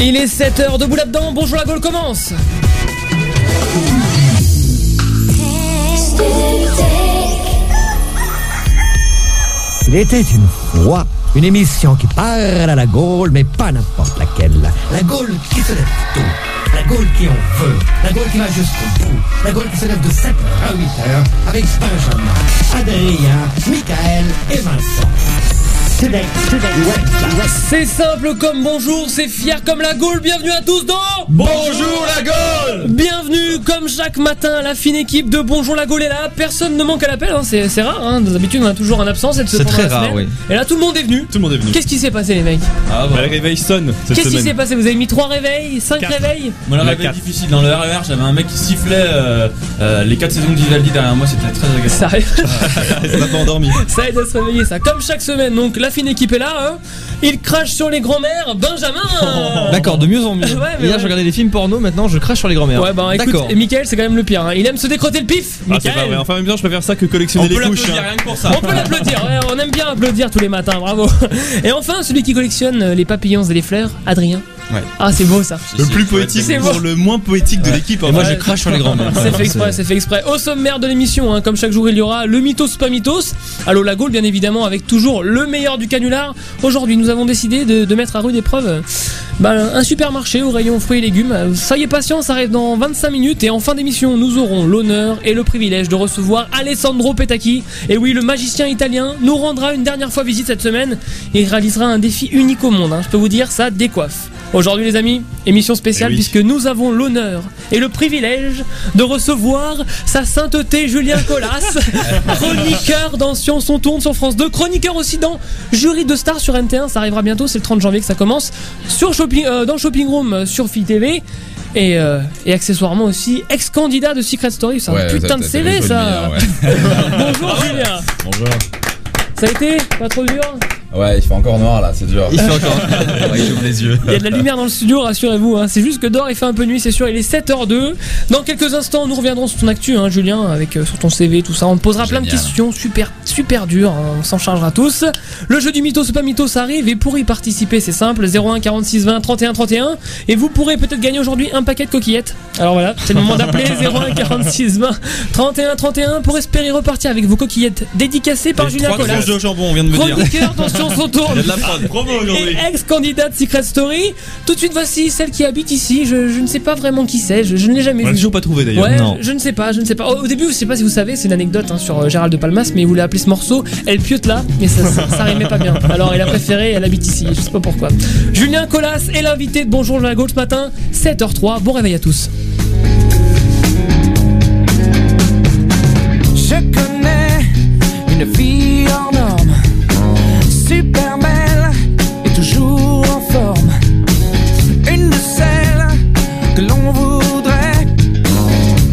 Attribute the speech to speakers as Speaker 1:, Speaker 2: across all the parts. Speaker 1: Il est 7h, debout là-dedans, bonjour la Gaule commence
Speaker 2: Il était une fois une émission qui parle à la Gaule, mais pas n'importe laquelle. La Gaule qui se lève tôt, la Gaule qui en veut, la Gaule qui va jusqu'au bout, la Gaule qui se lève de 7h à 8h avec Benjamin, Adrien, Michael et Vincent. Select, select, ouais, ouais.
Speaker 1: C'est simple comme bonjour, c'est fier comme la Gaule, bienvenue à tous dans
Speaker 3: Bonjour la Gaule
Speaker 1: Bienvenue comme chaque matin, la fine équipe de Bonjour la Gaule est là, personne ne manque à l'appel, hein, c'est c'est rare, hein. d'habitude on a toujours un absent, cette
Speaker 3: C'est très rare, oui.
Speaker 1: Et là tout le monde est venu.
Speaker 3: Tout le monde est venu.
Speaker 1: Qu'est-ce qui s'est passé les mecs
Speaker 4: Ah
Speaker 3: Bah, le réveil sonne cette
Speaker 1: Qu'est-ce qui s'est
Speaker 3: semaine.
Speaker 1: passé Vous avez mis 3 réveils 5
Speaker 3: Quatre.
Speaker 1: réveils
Speaker 4: Moi, la
Speaker 3: La
Speaker 4: rêve est
Speaker 3: carte.
Speaker 4: difficile. Dans le RER, j'avais un mec qui sifflait euh, euh, les 4 saisons de Vivaldi derrière moi, c'était très agréable.
Speaker 1: Sérieux
Speaker 3: Ça m'a pas endormi.
Speaker 1: Ça aide à se réveiller ça. Comme chaque semaine, donc la fine équipe est là, hein. il crache sur les grands-mères, Benjamin euh,
Speaker 5: D'accord, de mieux en mieux.
Speaker 1: Ouais, mais
Speaker 5: Hier,
Speaker 1: ouais.
Speaker 5: je regardais des films porno, maintenant je crache sur les grands-mères.
Speaker 1: Ouais bah écoute,
Speaker 4: Ah,
Speaker 5: D'accord.
Speaker 1: et Michael c'est quand même le pire, hein. il aime se décroter le pif
Speaker 3: Ah, c'est pas
Speaker 1: Michael.
Speaker 3: vrai. Enfin, en même temps, je préfère ça que collectionner
Speaker 4: On peut
Speaker 3: les couches.
Speaker 4: l'applaudir,
Speaker 3: hein.
Speaker 4: rien que pour ça.
Speaker 1: On peut l'applaudir, ouais, on aime bien applaudir tous les matins, bravo. Et enfin, celui qui collectionne euh, les papillons et les fleurs, Adrien.
Speaker 4: Ouais.
Speaker 1: Ah, c'est beau ça.
Speaker 3: Le plus poétique
Speaker 1: C'est
Speaker 3: pour
Speaker 1: bon.
Speaker 3: le moins poétique de l'équipe.
Speaker 5: Et moi, je crache
Speaker 3: hein.
Speaker 5: sur les grands-mères.
Speaker 1: C'est fait exprès, c'est fait exprès. Au sommaire de l'émission, hein, comme chaque jour, il y aura le mythos pas mythos. Allô la Gaule, bien évidemment, avec toujours le meilleur du canular. Aujourd'hui, nous avons décidé de, de mettre à rude épreuve euh, bah, un supermarché au rayon fruits et légumes. Euh, Soyez patients, ça arrive dans 25 minutes. Et en fin d'émission, nous aurons l'honneur et le privilège de recevoir Alessandro Petacchi. Et oui, le magicien italien nous rendra une dernière fois visite cette semaine et réalisera un défi unique au monde. hein. Je peux vous dire, ça décoiffe. Aujourd'hui, les amis, émission spéciale
Speaker 3: Eh oui.
Speaker 1: puisque nous avons l'honneur et le privilège de recevoir sa sainteté Julien Colas, chroniqueur dans Science on tourne sur France 2, chroniqueur aussi dans Jury de Stars sur NT1, ça arrivera bientôt, c'est le 30 janvier que ça commence, sur shopping, euh, dans Shopping Room euh, sur Fi TV. Et, euh, et accessoirement aussi ex-candidat de Secret Story, c'est un putain de CV
Speaker 6: hein,
Speaker 1: ça Bonjour Julien
Speaker 6: Bonjour.
Speaker 1: Ça a été Pas trop dur
Speaker 6: Ouais, il fait encore noir là, c'est dur.
Speaker 5: Il fait encore.
Speaker 6: Ouais, j'ouvre les yeux.
Speaker 1: Il y a de la lumière dans le studio, rassurez-vous. hein. C'est juste que dehors, il fait un peu nuit, c'est sûr. Il est 7h02. Dans quelques instants, nous reviendrons sur ton actu, hein, Julien, avec euh, sur ton CV, tout ça. On te posera plein de
Speaker 6: Génial.
Speaker 1: questions super, super dures. hein. On s'en chargera tous. Le jeu du mythos ou pas mythos ça arrive. Et pour y participer, c'est simple 01 46 20 31 31. Et vous pourrez peut-être gagner aujourd'hui un paquet de coquillettes. Alors voilà, c'est le moment d'appeler 01 46 20 31 31 pour espérer repartir avec vos coquillettes dédicacées par Julien
Speaker 3: Trois
Speaker 1: Collas.
Speaker 3: tranches de jambon, on vient de me dire.
Speaker 1: Chroniqueur, attention, son tour
Speaker 3: Il y a de la prod. Promo
Speaker 1: et
Speaker 3: aujourd'hui.
Speaker 1: ex-candidate Secret Story. Tout de suite, voici celle qui habite ici. Je, je ne sais pas vraiment qui c'est. Je, je ne l'ai jamais
Speaker 3: On l'a
Speaker 1: vue.
Speaker 3: toujours pas trouvé d'ailleurs.
Speaker 1: Ouais, je, je ne sais pas, je ne sais pas. Au, au début, je sais pas si vous savez, c'est une anecdote hein, sur euh, Gérald de Palmas, mais il voulait appeler ce morceau Elle piote là, mais ça, ça, ça rimait pas bien. Alors il a préféré Elle habite ici, je sais pas pourquoi. Julien Colas est l'invité de Bonjour la Gaulle ce matin, 7h03. Bon réveil à tous.
Speaker 7: Je connais une fille en norme, super belle et toujours en forme. Une de celles que l'on voudrait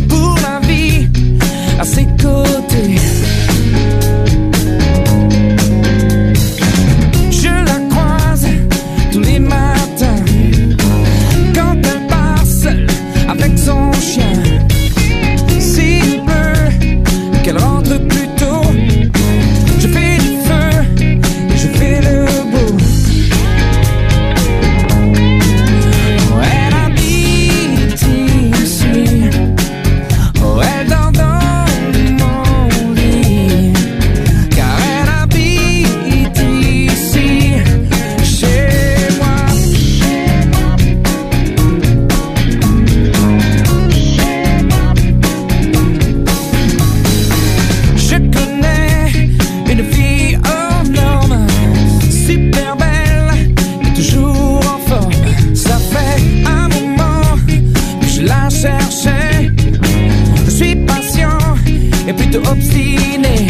Speaker 7: pour la vie à ses côtés. Je la croise tous les matins quand elle passe avec son chien. S'il pleut, qu'elle rentre plus tôt. Je fais du feu, je fais le beau. Oh, elle habite ici. Oh, elle dort dans mon lit. Car elle habite ici, chez moi. Je connais une fille hors norme, super belle et toujours en forme. Ça fait un moment que je la cherchais. Je suis patient et plutôt obstiné.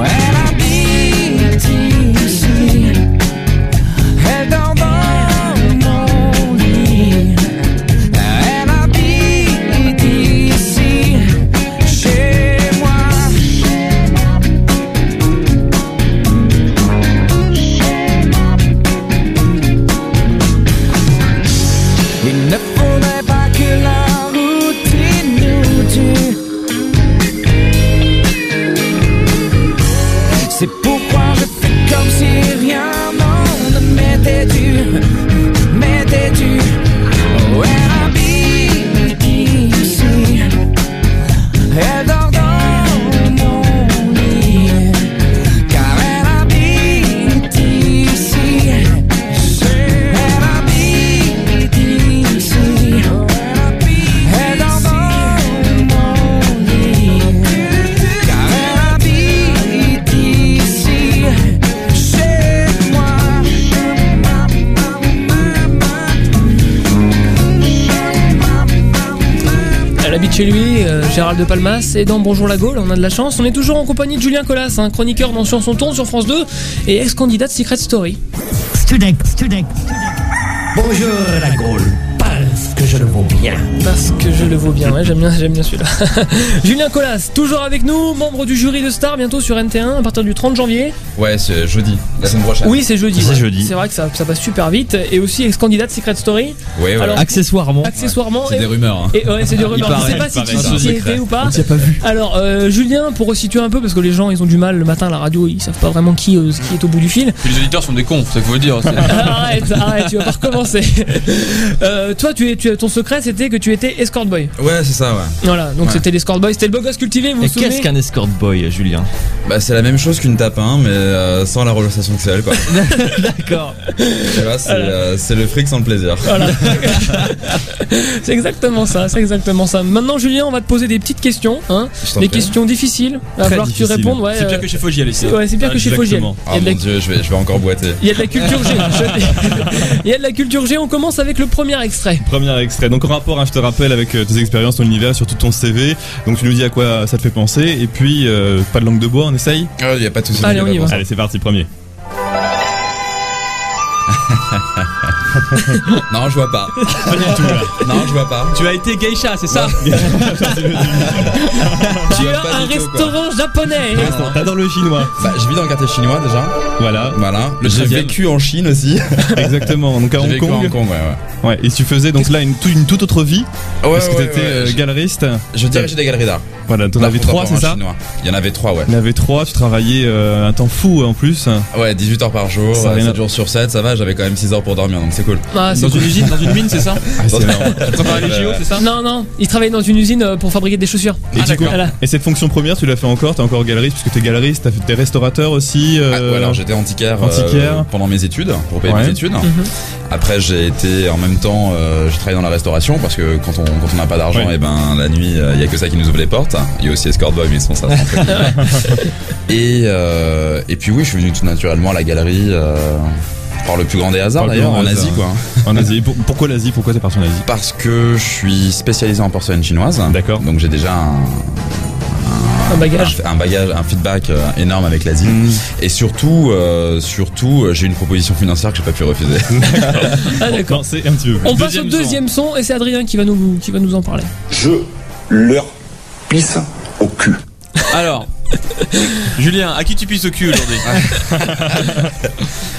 Speaker 7: Elle habite ici, elle dort dans mon lit. Elle habite ici, chez moi. Il ne faudrait pas que la routine nous tue. C'est pourquoi je fais comme si rien n'en m'est mais têtu. Oh, elle habite ici, elle dort dans mon lit, car elle habite ici. Elle habite ici, elle dort dans mon lit, car elle habite ici. Chez moi.
Speaker 1: Elle habite chez lui, euh, Gérald de Palmas, et dans Bonjour la Gaule, on a de la chance. On est toujours en compagnie de Julien Colas, un chroniqueur dans Sur son ton sur France 2 et ex-candidat de Secret Story.
Speaker 2: Studek, Studek, Bonjour la Gaule, parce que je le vaux bien.
Speaker 1: Parce que je le vaux bien, ouais, j'aime bien, j'aime bien celui-là. Julien Colas, toujours avec nous, membre du jury de Star, bientôt sur NT1 à partir du 30 janvier.
Speaker 6: Ouais, c'est jeudi, la semaine prochaine.
Speaker 1: Oui, c'est jeudi.
Speaker 4: C'est
Speaker 1: ouais.
Speaker 4: jeudi.
Speaker 1: C'est vrai que ça, ça passe super vite. Et aussi ex-candidat de Secret Story.
Speaker 6: Ouais, voilà.
Speaker 1: Alors,
Speaker 5: Accessoirement.
Speaker 1: accessoirement,
Speaker 6: C'est des
Speaker 1: et-
Speaker 6: rumeurs. hein.
Speaker 1: Et ouais, c'est du rumeur.
Speaker 4: paraît,
Speaker 1: je sais pas
Speaker 4: il
Speaker 1: si
Speaker 4: paraît,
Speaker 1: tu
Speaker 4: c'est un
Speaker 1: y
Speaker 6: secret.
Speaker 1: étais ou pas. Alors, euh, Julien, pour resituer un peu, parce que les gens, ils ont du mal le matin à la radio, ils savent pas vraiment qui, euh, qui est au bout du fil.
Speaker 4: Puis les auditeurs sont des cons, c'est ça qu'il faut dire. c'est-
Speaker 1: arrête, arrête, tu vas pas recommencer. Euh, toi, tu es, tu, ton secret, c'était que tu étais escort boy.
Speaker 6: Ouais, c'est ça, ouais.
Speaker 1: Voilà, donc
Speaker 6: Ouais.
Speaker 1: c'était l'escort boy, c'était le beau gosse cultivé, vous vous
Speaker 5: Et qu'est-ce
Speaker 1: souvenez
Speaker 5: qu'un escort boy, Julien
Speaker 6: Bah, c'est la même chose qu'une tapin, mais euh, sans la relaxation sexuelle, quoi.
Speaker 5: D'accord.
Speaker 6: Tu vois, c'est euh, c'est le fric sans le plaisir.
Speaker 1: C'est exactement ça, c'est exactement ça. Maintenant, Julien, on va te poser des petites questions, hein,
Speaker 6: Je t'en
Speaker 1: des
Speaker 6: prie.
Speaker 1: questions difficiles, à
Speaker 4: Très
Speaker 1: falloir que tu
Speaker 4: difficile.
Speaker 1: répondes. Ouais,
Speaker 4: C'est
Speaker 1: euh,
Speaker 4: pire que chez Fogiel ici.
Speaker 1: ouais, c'est pire que chez Fogiel.
Speaker 4: Exactement.
Speaker 1: Il y a
Speaker 6: Ah
Speaker 1: de la-
Speaker 6: mon dieu, je vais, je vais encore boiter.
Speaker 1: il y a de la culture G. Je- Il y a de la culture G. On commence avec le premier extrait.
Speaker 3: Premier extrait. Donc en rapport, hein, je te rappelle, avec euh, tes expériences, ton univers, surtout ton CV. Donc tu nous dis à quoi ça te fait penser. Et puis, euh, pas de langue de bois, on essaye
Speaker 6: Ah, Il y a pas de soucis.
Speaker 1: Allez,
Speaker 6: il
Speaker 1: on y
Speaker 6: pas
Speaker 1: va.
Speaker 3: Allez, c'est parti, premier.
Speaker 6: pensé. Non, je vois pas. Non, je vois pas.
Speaker 5: Tu as été geisha, c'est ça
Speaker 6: Tu
Speaker 1: Tu as un restaurant japonais.
Speaker 3: T'adores le chinois.
Speaker 6: Bah, je vis dans le quartier chinois déjà.
Speaker 3: Voilà,
Speaker 6: Voilà. J'ai
Speaker 4: 13e.
Speaker 6: vécu en Chine aussi.
Speaker 3: exactement. Donc à
Speaker 6: J'ai
Speaker 3: Hong
Speaker 6: vécu à
Speaker 3: Kong.
Speaker 6: Hong Kong, ouais, ouais.
Speaker 3: Ouais, et tu faisais donc là une, tout- une toute autre vie.
Speaker 6: Ouais,
Speaker 3: parce que
Speaker 6: ouais,
Speaker 3: t'étais
Speaker 6: ouais,
Speaker 3: euh,
Speaker 6: je-
Speaker 3: galeriste.
Speaker 6: Je dirigeais des galeries d'art.
Speaker 3: Voilà, t'en
Speaker 6: D'art
Speaker 3: avais trois, c'est
Speaker 6: contemporain
Speaker 3: ça
Speaker 6: chinois. Il y en avait trois, ouais.
Speaker 3: T'en avais trois, tu travaillais euh, un temps fou en plus.
Speaker 6: Ouais, 18 heures par jour,
Speaker 3: Ça a rien
Speaker 6: 7
Speaker 3: à-
Speaker 6: jours sur 7, ça va, j'avais quand même 6 heures pour dormir, donc c'est cool. Ah,
Speaker 1: Ah, c'est
Speaker 4: Dans une usine, dans une mine, c'est ça
Speaker 6: c'est énorme.
Speaker 4: Préparer les
Speaker 6: Ouais,
Speaker 4: JO,
Speaker 6: ouais.
Speaker 4: c'est ça
Speaker 1: Non, non, il travaillait dans une usine euh, pour fabriquer des chaussures.
Speaker 4: Ah, d'accord.
Speaker 1: Voilà.
Speaker 3: Et cette fonction première, tu l'as fait encore, t'es encore galeriste, puisque t'es galeriste, t'as fait t'es restaurateur aussi.
Speaker 6: Ah,
Speaker 3: euh,
Speaker 6: ouais, alors j'étais antiquaire, euh,
Speaker 3: antiquaire.
Speaker 6: pendant mes études, pour payer
Speaker 3: Ouais.
Speaker 6: mes études. Après j'ai été en même temps, euh, j'ai travaillé dans la restauration parce que quand on quand on n'a pas d'argent,
Speaker 3: Ouais.
Speaker 6: et ben la nuit il y a que ça qui nous ouvre les portes. Il y a aussi Escort Boy mais sans ça. c'est un peu compliqué. et euh, et puis oui, je suis venu tout naturellement à la galerie euh, par le plus grand des hasards
Speaker 3: Par le plus
Speaker 6: d'ailleurs
Speaker 3: grand
Speaker 6: en
Speaker 3: des
Speaker 6: Asie
Speaker 3: hasards.
Speaker 6: quoi.
Speaker 3: En Asie. Pour- pourquoi l'Asie Pourquoi t'es parti en Asie
Speaker 6: Parce que je suis spécialisé en porcelaine chinoise.
Speaker 3: D'accord.
Speaker 6: Donc j'ai déjà un,
Speaker 1: Un bagage. Mm.
Speaker 6: un, un bagage, un feedback euh, énorme avec l'Asie. Et surtout, euh, surtout, euh, j'ai une proposition financière que j'ai pas pu refuser.
Speaker 1: Ah, d'accord.
Speaker 3: Non, c'est un petit peu.
Speaker 1: On passe au deuxième son et c'est Adrien qui va nous, qui va nous en parler.
Speaker 8: Je leur pisse au cul.
Speaker 4: Alors, Julien, à qui tu pisses au cul aujourd'hui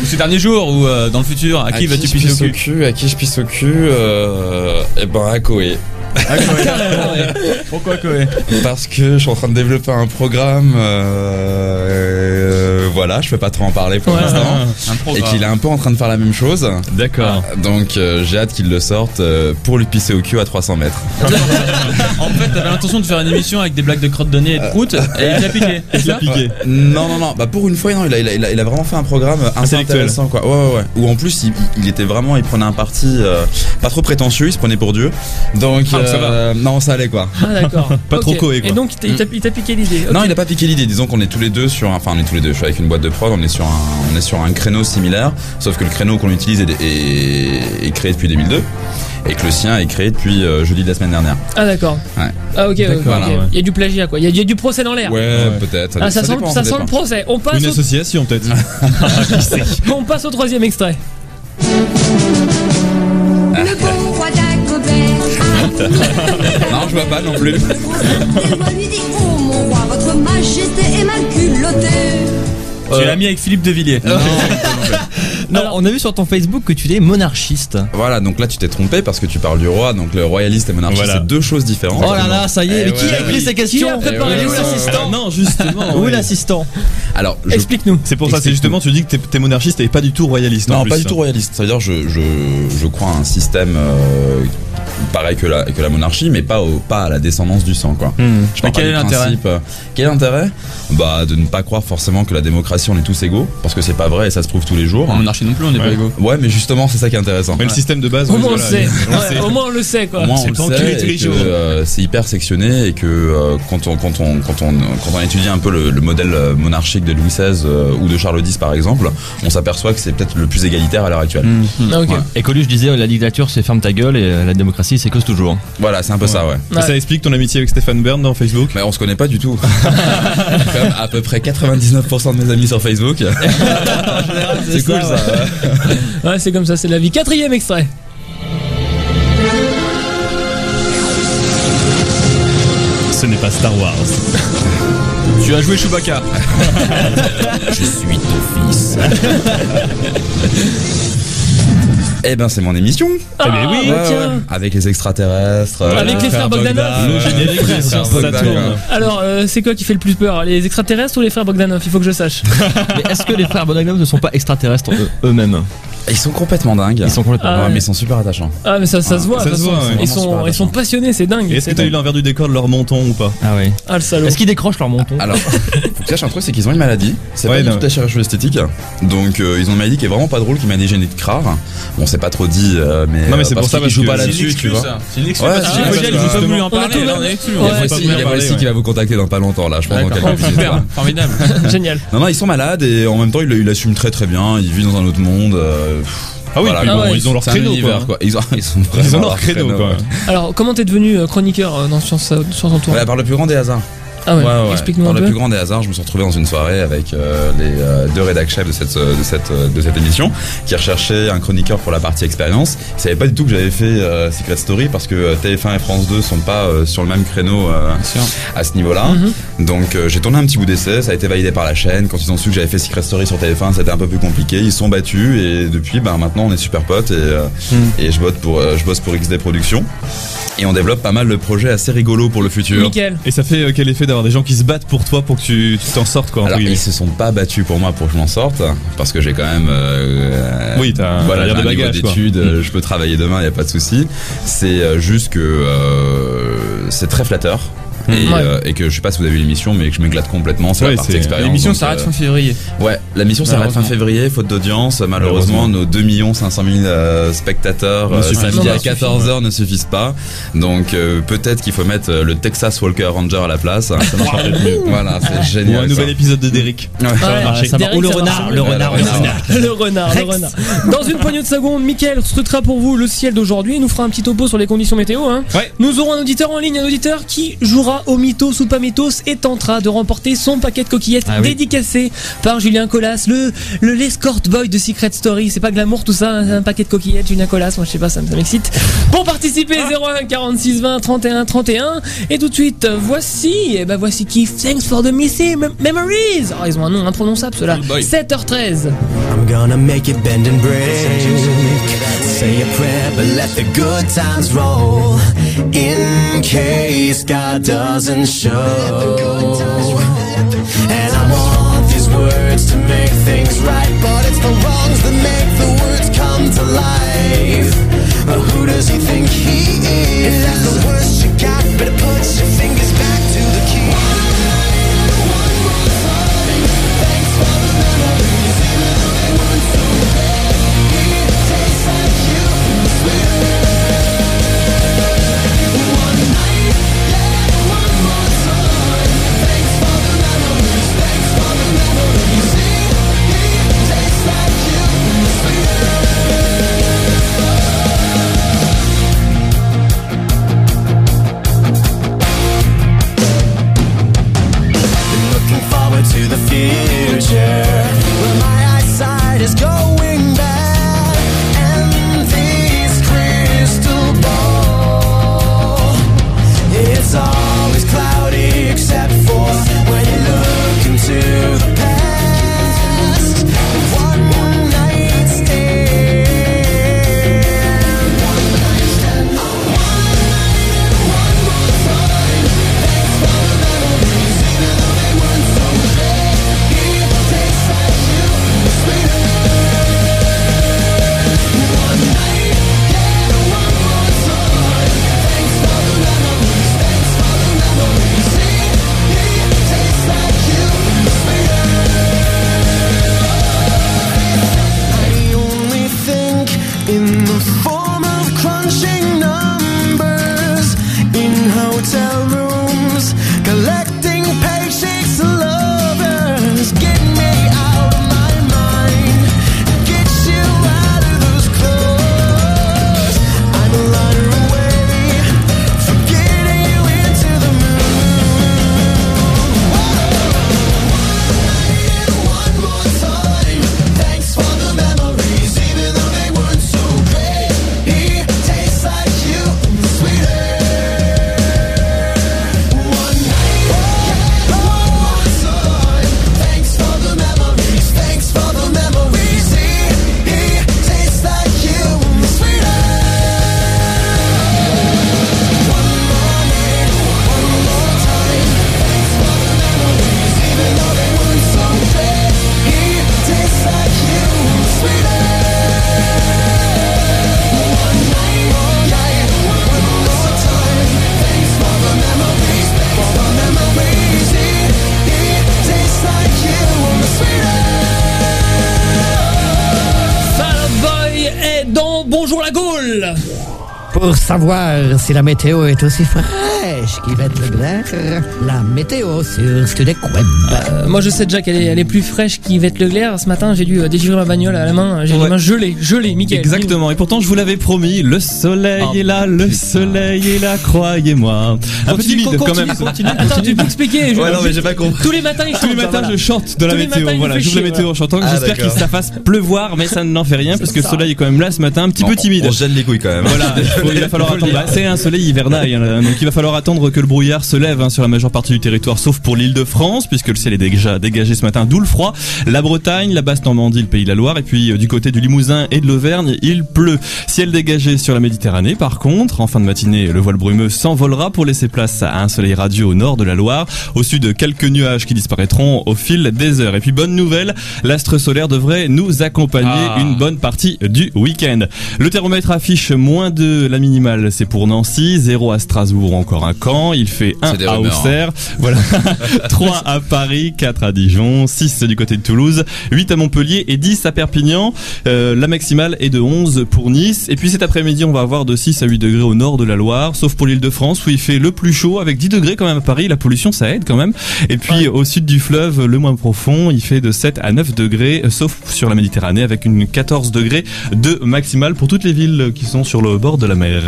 Speaker 4: Ou ces derniers jours ou euh, dans le futur, à qui vas-tu
Speaker 6: je
Speaker 4: pisser au cul
Speaker 6: À qui je pisse au cul euh, Eh ben à Koé.
Speaker 4: Pourquoi Koé
Speaker 6: Parce que je suis en train de développer un programme. euh, euh, voilà, je peux pas trop en parler pour
Speaker 1: Ouais.
Speaker 6: l'instant.
Speaker 4: Un
Speaker 6: Et qu'il est un peu en train de faire la même chose.
Speaker 3: D'accord.
Speaker 6: Donc euh, j'ai hâte qu'il le sorte euh, pour lui pisser au cul à 300 mètres.
Speaker 4: En fait, t'avais l'intention de faire une émission avec des blagues de crotte de nez
Speaker 6: Euh,
Speaker 4: et de croûte, et il l'a piqué. c'est ça
Speaker 3: Piqué.
Speaker 6: Ouais. Non, non, non. Bah pour une fois, non, il a, il a- il a- il a vraiment fait un programme assez
Speaker 3: Intellectuel.
Speaker 6: intéressant, quoi. Ouais, ouais, ouais. Où en plus, il, il était vraiment, il prenait un parti euh, pas trop prétentieux, il se prenait pour Dieu. Donc,
Speaker 4: Ah, ça
Speaker 6: euh, non, ça allait, quoi. Mm.
Speaker 1: Ah, d'accord.
Speaker 3: Pas
Speaker 1: Ok.
Speaker 3: trop coé, quoi.
Speaker 1: Et donc, il t'a- il t'a il t'a piqué l'idée. Ok.
Speaker 6: Non, il a pas piqué l'idée. Disons qu'on est tous les deux sur, un- enfin, on est tous les deux. Je suis avec une boîte de prod. On est sur un, on est sur un créneau similaire, sauf que le créneau qu'on utilise est, est- est créé depuis 2002 et que le sien est créé depuis euh, jeudi de la semaine dernière.
Speaker 1: Ah, d'accord.
Speaker 6: Ouais.
Speaker 1: Ah, ok, ok, ok.
Speaker 6: voilà,
Speaker 3: ouais.
Speaker 1: Il y a du plagiat, quoi. Il y a, il y a du procès dans l'air.
Speaker 6: Ouais, peut-être.
Speaker 1: Ah, ça, sent,
Speaker 6: dépend,
Speaker 1: ça sent
Speaker 6: dépend.
Speaker 1: le procès. On passe,
Speaker 3: Une
Speaker 1: au,
Speaker 3: association peut-être.
Speaker 1: on passe au troisième extrait.
Speaker 9: Le bon roi d'Agobert
Speaker 6: Non, je vois pas non plus.
Speaker 9: Le roi lui dit Oh mon roi, votre majesté est mal culottée
Speaker 4: Tu l'as mis avec Philippe Devilliers.
Speaker 6: Non,
Speaker 5: Non,
Speaker 1: Alors-
Speaker 5: on a vu sur ton Facebook que tu étais monarchiste.
Speaker 6: Voilà, donc là tu t'es trompé parce que tu parles du roi, donc le royaliste et monarchiste
Speaker 3: Voilà.
Speaker 6: c'est deux choses différentes.
Speaker 5: Oh là là, ça y est,
Speaker 6: Eh
Speaker 5: mais qui
Speaker 6: ouais,
Speaker 5: a pris
Speaker 6: oui.
Speaker 5: ces
Speaker 1: Qui a
Speaker 5: questions
Speaker 1: préparé
Speaker 6: Eh ouais,
Speaker 5: Où est
Speaker 6: ouais,
Speaker 5: l'assistant
Speaker 4: Non, justement.
Speaker 5: Où est
Speaker 4: ouais.
Speaker 5: l'assistant
Speaker 6: Alors, je...
Speaker 1: Explique-nous.
Speaker 3: C'est pour ça, c'est justement, tu dis que t'es- t'es monarchiste et pas du tout royaliste. en
Speaker 6: non,
Speaker 3: plus. hein.
Speaker 6: pas du tout royaliste. Ça veut dire je je, je crois à un système euh, pareil que la que la monarchie, mais pas au pas à la descendance du sang quoi. Je
Speaker 4: Hmm. Mais
Speaker 6: parle pas
Speaker 4: quel est
Speaker 6: du
Speaker 4: l'intérêt
Speaker 6: principe, euh, Quel est l'intérêt Bah de ne pas croire forcément que la démocratie on est tous égaux, parce que c'est pas vrai et ça se prouve tous les jours.
Speaker 4: En monarchie non plus, on n'est pas
Speaker 3: Ouais.
Speaker 4: égaux.
Speaker 6: Ouais, mais justement c'est ça qui est intéressant.
Speaker 3: Mais le système de base,
Speaker 1: Au
Speaker 3: oui,
Speaker 1: moins on le
Speaker 3: voilà,
Speaker 1: sait.
Speaker 3: on le sait.
Speaker 1: Ouais, Au moins on le sait quoi.
Speaker 6: Moi,
Speaker 3: C'est
Speaker 6: on le
Speaker 3: pas enculé
Speaker 6: sait,
Speaker 3: tous
Speaker 6: et
Speaker 3: les
Speaker 6: que,
Speaker 3: jours.
Speaker 6: euh, c'est hyper sectionné et que euh, quand on quand on quand on quand on étudie un peu le, le modèle euh, monarchique de Louis XVI euh, ou de Charles X par exemple, on s'aperçoit que c'est peut-être le plus égalitaire à l'heure actuelle.
Speaker 5: Mmh, Mm.
Speaker 1: Ah, ok.
Speaker 6: Ouais.
Speaker 5: Et Coluche disait euh, la dictature c'est ferme ta gueule et euh, la démocratie c'est cause toujours.
Speaker 6: Voilà, c'est un peu ça, ouais.
Speaker 3: Et Ça explique ton amitié avec Stéphane Bern dans Facebook.
Speaker 6: Mais on se connaît pas du tout. Comme à peu près 99% de mes amis sur Facebook. c'est cool ça. ouais.
Speaker 1: Ouais, c'est comme ça, c'est de la vie. Quatrième extrait.
Speaker 3: Ce n'est pas Star Wars.
Speaker 4: Tu as joué Chewbacca.
Speaker 6: Je suis ton fils.
Speaker 5: Oh,
Speaker 6: Eh ben c'est mon émission
Speaker 1: Ah, mais
Speaker 6: Ouais, ouais. Avec les extraterrestres euh,
Speaker 1: Avec les frères Bogdanov.
Speaker 6: Le générique
Speaker 3: frères Bogdanov.
Speaker 1: Alors, euh, c'est quoi qui fait le plus peur Les extraterrestres ou les frères Bogdanov Il faut que je sache.
Speaker 5: Mais est-ce que les frères Bonagno ne sont pas extraterrestres eux- eux-mêmes
Speaker 6: Ils sont complètement dingues
Speaker 5: Ils sont complètement.
Speaker 1: Ah,
Speaker 6: Ouais,
Speaker 1: ouais.
Speaker 6: mais ils sont super attachants.
Speaker 1: Ah, mais ça, ça se voit.
Speaker 3: Ça
Speaker 1: de toute
Speaker 3: se voit,
Speaker 1: façon.
Speaker 3: ouais.
Speaker 1: Ils,
Speaker 6: Vraiment super
Speaker 1: sont, ils sont
Speaker 6: attachant.
Speaker 1: passionnés, c'est dingue.
Speaker 3: Et est-ce que
Speaker 1: c'est
Speaker 3: t'as eu
Speaker 1: dingue.
Speaker 3: l'envers du décor de leur menton ou pas
Speaker 5: Ah oui.
Speaker 1: Ah, le salaud.
Speaker 5: Est-ce qu'ils décrochent leur menton
Speaker 6: Alors, faut que tu saches un truc, c'est qu'ils ont une maladie. C'est
Speaker 3: Ouais,
Speaker 6: pas du
Speaker 3: non.
Speaker 6: tout de la chirurgie esthétique. Donc, euh, ils ont une maladie qui est vraiment pas drôle, qui m'a dégéné de crare. Bon, c'est pas trop dit, euh, mais.
Speaker 3: Non, mais c'est
Speaker 6: euh,
Speaker 3: pour ça,
Speaker 6: qu'ils
Speaker 3: parce
Speaker 6: jouent
Speaker 3: que
Speaker 6: pas
Speaker 3: c'est
Speaker 6: là-dessus, tu vois.
Speaker 4: C'est une excuse.
Speaker 6: Ouais,
Speaker 4: parce que
Speaker 6: c'est
Speaker 4: j'ai Vogel,
Speaker 6: une excuse,
Speaker 4: j'ai pas voulu en
Speaker 1: On a
Speaker 4: parler.
Speaker 1: tout
Speaker 4: là,
Speaker 1: le-
Speaker 4: on est exclu, on
Speaker 1: Ouais,
Speaker 6: Il y a
Speaker 4: va pas
Speaker 6: Voici il y a
Speaker 4: pouvoir parler,
Speaker 6: Voici
Speaker 4: ouais.
Speaker 6: qui va vous contacter dans pas longtemps, là, je
Speaker 5: Oh,
Speaker 6: pense, dans
Speaker 4: D'accord.
Speaker 6: quelques minutes.
Speaker 4: Super, formidable.
Speaker 1: Génial.
Speaker 6: Non, non, ils sont malades et en même temps, ils l'assument très très bien. Ils vivent dans un autre monde. euh, pff,
Speaker 3: Ah oui,
Speaker 6: Voilà.
Speaker 3: puis
Speaker 1: Ah
Speaker 3: bon,
Speaker 1: ouais.
Speaker 3: ils ont leur
Speaker 6: c'est un
Speaker 3: créneau
Speaker 6: univers,
Speaker 3: quoi.
Speaker 6: quoi. Ils ont, ils sont
Speaker 3: Ils
Speaker 6: vraiment
Speaker 3: ont leur créneau quoi.
Speaker 1: Alors, comment t'es devenu euh, chroniqueur euh, dans, sur, sa- sur son tour
Speaker 6: Voilà, Bah, par le plus grand des hasards.
Speaker 1: Ah ouais,
Speaker 6: Ouais, ouais.
Speaker 1: explique-nous
Speaker 6: Par
Speaker 1: un
Speaker 6: le
Speaker 1: peu.
Speaker 6: plus grand des hasards, je me suis retrouvé dans une soirée avec euh, les euh, deux rédacteurs chefs de cette, euh, de, cette, euh, de cette émission qui recherchaient un chroniqueur pour la partie expérience. Ils savaient pas du tout que j'avais fait euh, Secret Story parce que euh, TF1 et France 2 sont pas euh, sur le même créneau euh, à ce niveau-là.
Speaker 1: Mm-hmm.
Speaker 6: Donc euh, j'ai tourné un petit bout d'essai, ça a été validé par la chaîne. Quand ils ont su que j'avais fait Secret Story sur TF1, c'était un peu plus compliqué. Ils se sont battus et depuis, ben, maintenant on est super potes et, euh,
Speaker 1: Mm.
Speaker 6: et je, vote pour, euh, je bosse pour XD Productions. Et on développe pas mal de projets assez rigolos pour le futur.
Speaker 1: Nickel.
Speaker 3: Et ça fait euh, quel effet d'avoir des gens qui se battent pour toi pour que tu tu t'en sortes quoi. entre
Speaker 6: Alors
Speaker 3: guillemets.
Speaker 6: ils se sont pas battus pour moi pour que je m'en sorte parce que j'ai quand même euh,
Speaker 3: Oui, t'as un-
Speaker 6: voilà, j'ai un
Speaker 3: t'as l'air de
Speaker 6: niveau
Speaker 3: bagage, quoi. Mm.
Speaker 6: d'études, euh, je peux travailler demain, y a pas de souci. C'est euh, juste que euh, c'est très flatteur. Et,
Speaker 1: Ouais.
Speaker 6: euh, et que je sais pas si vous avez vu l'émission, mais que je m'éclate complètement sur
Speaker 3: Mm. Ouais,
Speaker 6: la partie
Speaker 3: c'est-
Speaker 6: expérience.
Speaker 4: L'émission
Speaker 6: donc,
Speaker 4: s'arrête
Speaker 6: euh,
Speaker 4: fin février.
Speaker 6: Ouais, la mission s'arrête fin
Speaker 4: Malheureusement.
Speaker 6: février, faute d'audience. Malheureusement, nos 2 500 000 euh, spectateurs
Speaker 3: Ne
Speaker 6: euh,
Speaker 3: suffisent
Speaker 6: samedi
Speaker 1: pas.
Speaker 6: à
Speaker 1: Ne suffisent
Speaker 6: 14h ne suffisent pas. Donc euh, peut-être qu'il faut mettre euh, le Texas Walker Ranger à la place. Ça marche peut-être mieux. Voilà, c'est
Speaker 3: Ou un
Speaker 6: génial. ça.
Speaker 3: nouvel épisode de Derrick.
Speaker 6: Ouais.
Speaker 1: Ouais,
Speaker 5: ça
Speaker 1: Derek,
Speaker 5: va. Ou le
Speaker 1: ça marche.
Speaker 5: renard, le renard, le
Speaker 6: renard.
Speaker 5: renard.
Speaker 1: Le renard, le
Speaker 5: Rex.
Speaker 1: renard. Dans une poignée de secondes, Mickaël scrutera pour vous le ciel d'aujourd'hui et nous fera un petit topo sur les conditions météo. hein.
Speaker 3: Ouais.
Speaker 1: Nous aurons un auditeur en ligne, un auditeur qui jouera au mythos ou pas mythos et tentera de remporter son paquet de coquillettes
Speaker 5: Ah oui.
Speaker 1: dédicacé par Julien Colas, le le- l'escort boy de Secret Story. C'est pas glamour tout ça, hein, un, un paquet de coquillettes, Julien Colas, moi je sais pas, ça, me- ça m'excite. Pour participer,
Speaker 5: Ah.
Speaker 1: 01 46 20 31 31. Et tout de suite, voici, et ben voici qui Thanks for the missing mem- memories. Oh, ils ont un nom imprononçable ceux-là. 7h13.
Speaker 7: I'm gonna make it bend and break. Say a prayer, but let the good times roll. In case God doesn't show. And I want these words to make things right, but it's the wrongs that make the words come to life. But who does he think he is? If that's the worst you got, better put your fingers back to the key. looking forward to the future where my eyesight is going bad and this crystal ball it's always cloudy except for when you look into the past one night stand
Speaker 1: Bonjour la Gaule
Speaker 2: Pour savoir si la météo est aussi fraîche qu'Yvette Leclerc, la météo sur Studec Web.
Speaker 1: Euh, Moi je sais déjà qu'elle est, elle est plus fraîche qu'Yvette Leclerc. Ce matin j'ai dû euh, déchirer ma bagnole à la main. J'ai les
Speaker 3: Ouais.
Speaker 1: mains gelées, gelées, Mickaël.
Speaker 3: Exactement, et pourtant je vous l'avais promis, le soleil est là, le soleil est là, croyez-moi. Un peu timide quand même. Ah,
Speaker 1: Attends, tu peux expliquer. je-
Speaker 6: Ouais, non, mais j'ai pas compris.
Speaker 1: Tous les matins ils
Speaker 3: Tous les
Speaker 1: chantent,
Speaker 3: matins
Speaker 1: voilà.
Speaker 3: je chante de la
Speaker 1: Tous les
Speaker 3: météo,
Speaker 1: matins, il
Speaker 3: voilà,
Speaker 1: fait
Speaker 3: j'ouvre la
Speaker 1: chier,
Speaker 3: météo en chantant,
Speaker 6: Ah,
Speaker 3: j'espère que
Speaker 6: d'accord.
Speaker 3: ça fasse pleuvoir, mais ça n'en fait rien parce que le soleil est quand même là ce matin, un petit peu timide.
Speaker 6: On se gêne les couilles quand même.
Speaker 3: Voilà, il faut- il va falloir attendre. Bah, c'est un soleil hivernal, hein, donc il va falloir attendre que le brouillard se lève hein, sur la majeure partie du territoire, sauf pour l'île de France, puisque le ciel est déjà dégagé ce matin, d'où le froid. La Bretagne, la Basse-Normandie, le Pays de la Loire, et puis euh, du côté du Limousin et de l'Auvergne, il pleut. Ciel dégagé sur la Méditerranée, par contre, en fin de matinée, le voile brumeux s'envolera pour laisser place à un soleil radieux au nord de la Loire, au sud, quelques nuages qui disparaîtront au fil des heures. Et puis, bonne nouvelle, l'astre solaire devrait nous accompagner
Speaker 4: Ah.
Speaker 3: une bonne partie du week-end. Le thermomètre affiche moins de la minimale, c'est pour Nancy, 0 à Strasbourg, encore un camp, il fait 1
Speaker 6: C'est des
Speaker 3: à
Speaker 6: rumeurs, hein.
Speaker 3: Auxerre, voilà, 3 à Paris, 4 à Dijon, 6 du côté de Toulouse, 8 à Montpellier et 10 à Perpignan. Euh, la maximale est de 11 pour Nice. Et puis cet après-midi, on va avoir de 6 à 8 degrés au nord de la Loire, sauf pour l'île de France où il fait le plus chaud avec 10 degrés quand même à Paris. La pollution, ça aide quand même. Et puis au sud du fleuve, le moins profond, il fait de 7 à 9 degrés, euh, sauf sur la Méditerranée avec une 14 degrés de maximale pour toutes les villes qui sont sur le bord de la mer.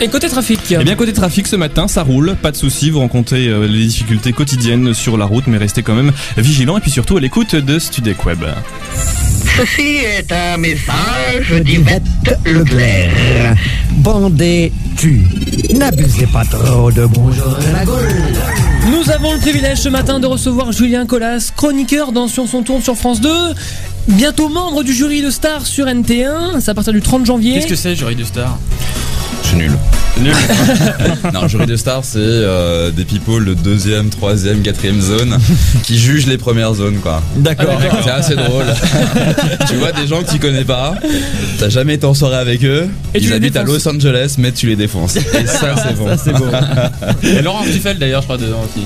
Speaker 1: Et côté trafic.
Speaker 3: Eh bien côté trafic ce matin ça roule, pas de soucis, vous rencontrez euh, les difficultés quotidiennes sur la route mais restez quand même vigilants et puis surtout à l'écoute de Studec Web.
Speaker 2: Ceci est un message d'Yvette Leclerc. Bandez-tu. N'abusez pas trop de bonjour la Gaule.
Speaker 1: Nous avons le privilège ce matin de recevoir Julien Colas, chroniqueur dans Sur son tour sur France 2, bientôt membre du jury de Star sur NT1, c'est à partir du 30 janvier.
Speaker 4: Qu'est-ce que c'est, jury de star
Speaker 6: Je suis nul. Nul. non, jury de stars, c'est euh, des people de deuxième, troisième, quatrième zone qui jugent les premières zones, quoi. Ah, D'accord. C'est assez drôle. tu vois des gens que tu connais pas, t'as jamais été en soirée avec eux,
Speaker 1: Et tu
Speaker 6: ils
Speaker 1: les
Speaker 6: habitent à
Speaker 1: défonces.
Speaker 6: Los Angeles, mais tu les défonces. Et ça, c'est bon.
Speaker 4: beau. Et Laurent Stifel d'ailleurs, je crois, dedans aussi.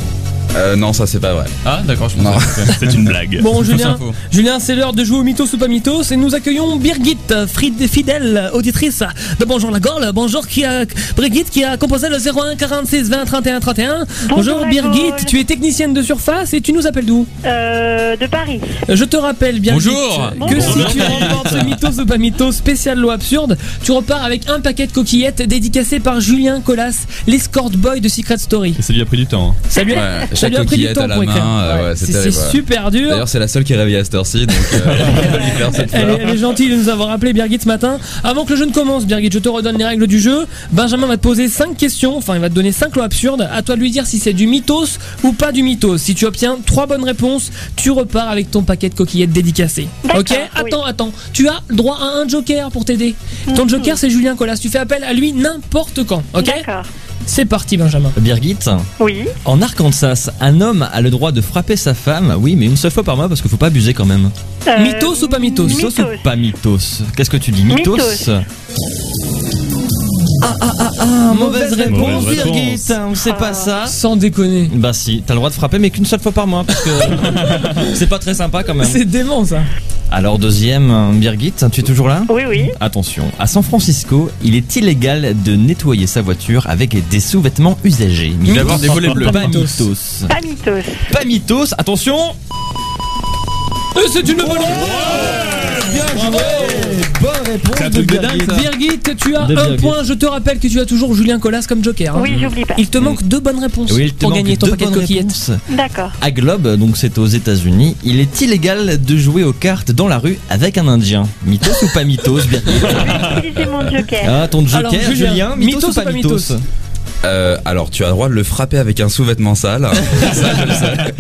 Speaker 6: Euh, non, ça, c'est pas vrai.
Speaker 4: Ah, d'accord, je
Speaker 6: Non.
Speaker 4: pense.
Speaker 3: C'est une blague.
Speaker 1: Bon
Speaker 4: Fausse
Speaker 1: Julien,
Speaker 4: info.
Speaker 1: Julien c'est l'heure de jouer au mythos ou pas mythos et nous accueillons Birgit, frid- fidèle auditrice de Bonjour la Gaule, bonjour qui a, Brigitte qui a composé le 01 46 20 31 31. Bonjour,
Speaker 10: Bonjour, la
Speaker 1: Birgit,
Speaker 10: Gaule.
Speaker 1: tu es technicienne de surface et tu nous appelles d'où
Speaker 10: Euh, de Paris.
Speaker 1: Je te rappelle bien
Speaker 4: Bonjour.
Speaker 1: que
Speaker 4: Bonjour.
Speaker 1: si tu remportes ce mythos ou pas mythos spécial loi absurde, tu repars avec un paquet de coquillettes dédicacé par Julien Colas, l'escort boy de Secret Story.
Speaker 3: Et ça lui a pris du temps. hein.
Speaker 1: Salut.
Speaker 6: Ouais,
Speaker 1: Ça
Speaker 6: chaque
Speaker 1: lui a pris du
Speaker 6: coquillette
Speaker 1: temps
Speaker 6: à la
Speaker 1: pour écrire.
Speaker 6: main, euh, ouais, c'est
Speaker 1: C'est c'est
Speaker 6: terrible, ouais.
Speaker 1: super dur.
Speaker 6: D'ailleurs, c'est la seule qui est réveillée à cette heure-ci, donc euh, on peut lui faire cette
Speaker 1: Elle
Speaker 6: fleur.
Speaker 1: est, elle est gentille de nous avoir rappelé Birgit ce matin. Avant que le jeu ne commence, Birgit, je te redonne les règles du jeu. Benjamin va te poser 5 questions, enfin il va te donner 5 lois absurdes. À toi de lui dire si c'est du mythos ou pas du mythos. Si tu obtiens 3 bonnes réponses, tu repars avec ton paquet de coquillettes dédicacées.
Speaker 10: D'accord,
Speaker 1: Ok
Speaker 10: oui.
Speaker 1: Attends, attends. Tu as droit à un joker pour t'aider.
Speaker 10: Mhm.
Speaker 1: Ton joker c'est Julien Colas. Tu fais appel à lui n'importe quand. Ok
Speaker 10: D'accord.
Speaker 1: C'est parti Benjamin.
Speaker 5: Birgit,
Speaker 10: Oui.
Speaker 5: en Arkansas, un homme a le droit de frapper sa femme, oui, mais une seule fois par mois parce qu'il faut pas abuser quand même.
Speaker 10: Euh,
Speaker 1: Mythos ou pas mythos
Speaker 5: Mythos,
Speaker 10: Mythos.
Speaker 5: ou pas mythos Qu'est-ce que tu dis Mythos,
Speaker 10: Mythos.
Speaker 5: Ah, mauvaise réponse,
Speaker 3: Mauvaise réponse.
Speaker 5: Birgit, c'est pas
Speaker 10: Ah.
Speaker 5: ça.
Speaker 1: Sans déconner.
Speaker 5: Bah si, t'as le droit de frapper mais qu'une seule fois par mois parce que c'est pas très sympa quand même.
Speaker 1: C'est dément ça.
Speaker 5: Alors deuxième, euh, Birgit, tu es toujours là
Speaker 10: Oui, oui.
Speaker 5: Attention, à San Francisco, il est illégal de nettoyer sa voiture avec des sous-vêtements usagés.
Speaker 1: Il va avoir des volets bleus.
Speaker 5: Pas
Speaker 1: Mythos.
Speaker 5: mythos.
Speaker 10: Pas mythos.
Speaker 5: Pas mythos, attention
Speaker 1: Euh, c'est une bonne Bien joué.
Speaker 5: Bonne réponse
Speaker 3: C'est un truc de dingue, ça.
Speaker 1: Birgit, tu as
Speaker 5: De
Speaker 1: un
Speaker 5: Birgit.
Speaker 1: point. Je te rappelle que tu as toujours Julien Colas comme joker. hein.
Speaker 10: Oui, j'oublie pas.
Speaker 1: Il te manque deux bonnes réponses
Speaker 5: Oui, il te
Speaker 1: pour
Speaker 5: manque
Speaker 1: gagner ton
Speaker 5: deux
Speaker 1: paquet de
Speaker 5: bonnes
Speaker 1: coquillettes.
Speaker 5: réponses.
Speaker 10: D'accord.
Speaker 5: À Globe, donc c'est aux États-Unis, il est illégal de jouer aux cartes dans la rue avec un Indien. Mythos ou pas mythos, Birgit
Speaker 10: Utilisez mon joker.
Speaker 5: Ah, ton joker,
Speaker 1: Alors, Julien,
Speaker 6: hein,
Speaker 5: Julien, mythos, ou pas mythos,
Speaker 6: Euh, alors, tu as le droit de le frapper avec un sous-vêtement sale.
Speaker 5: Ça, c'est vrai.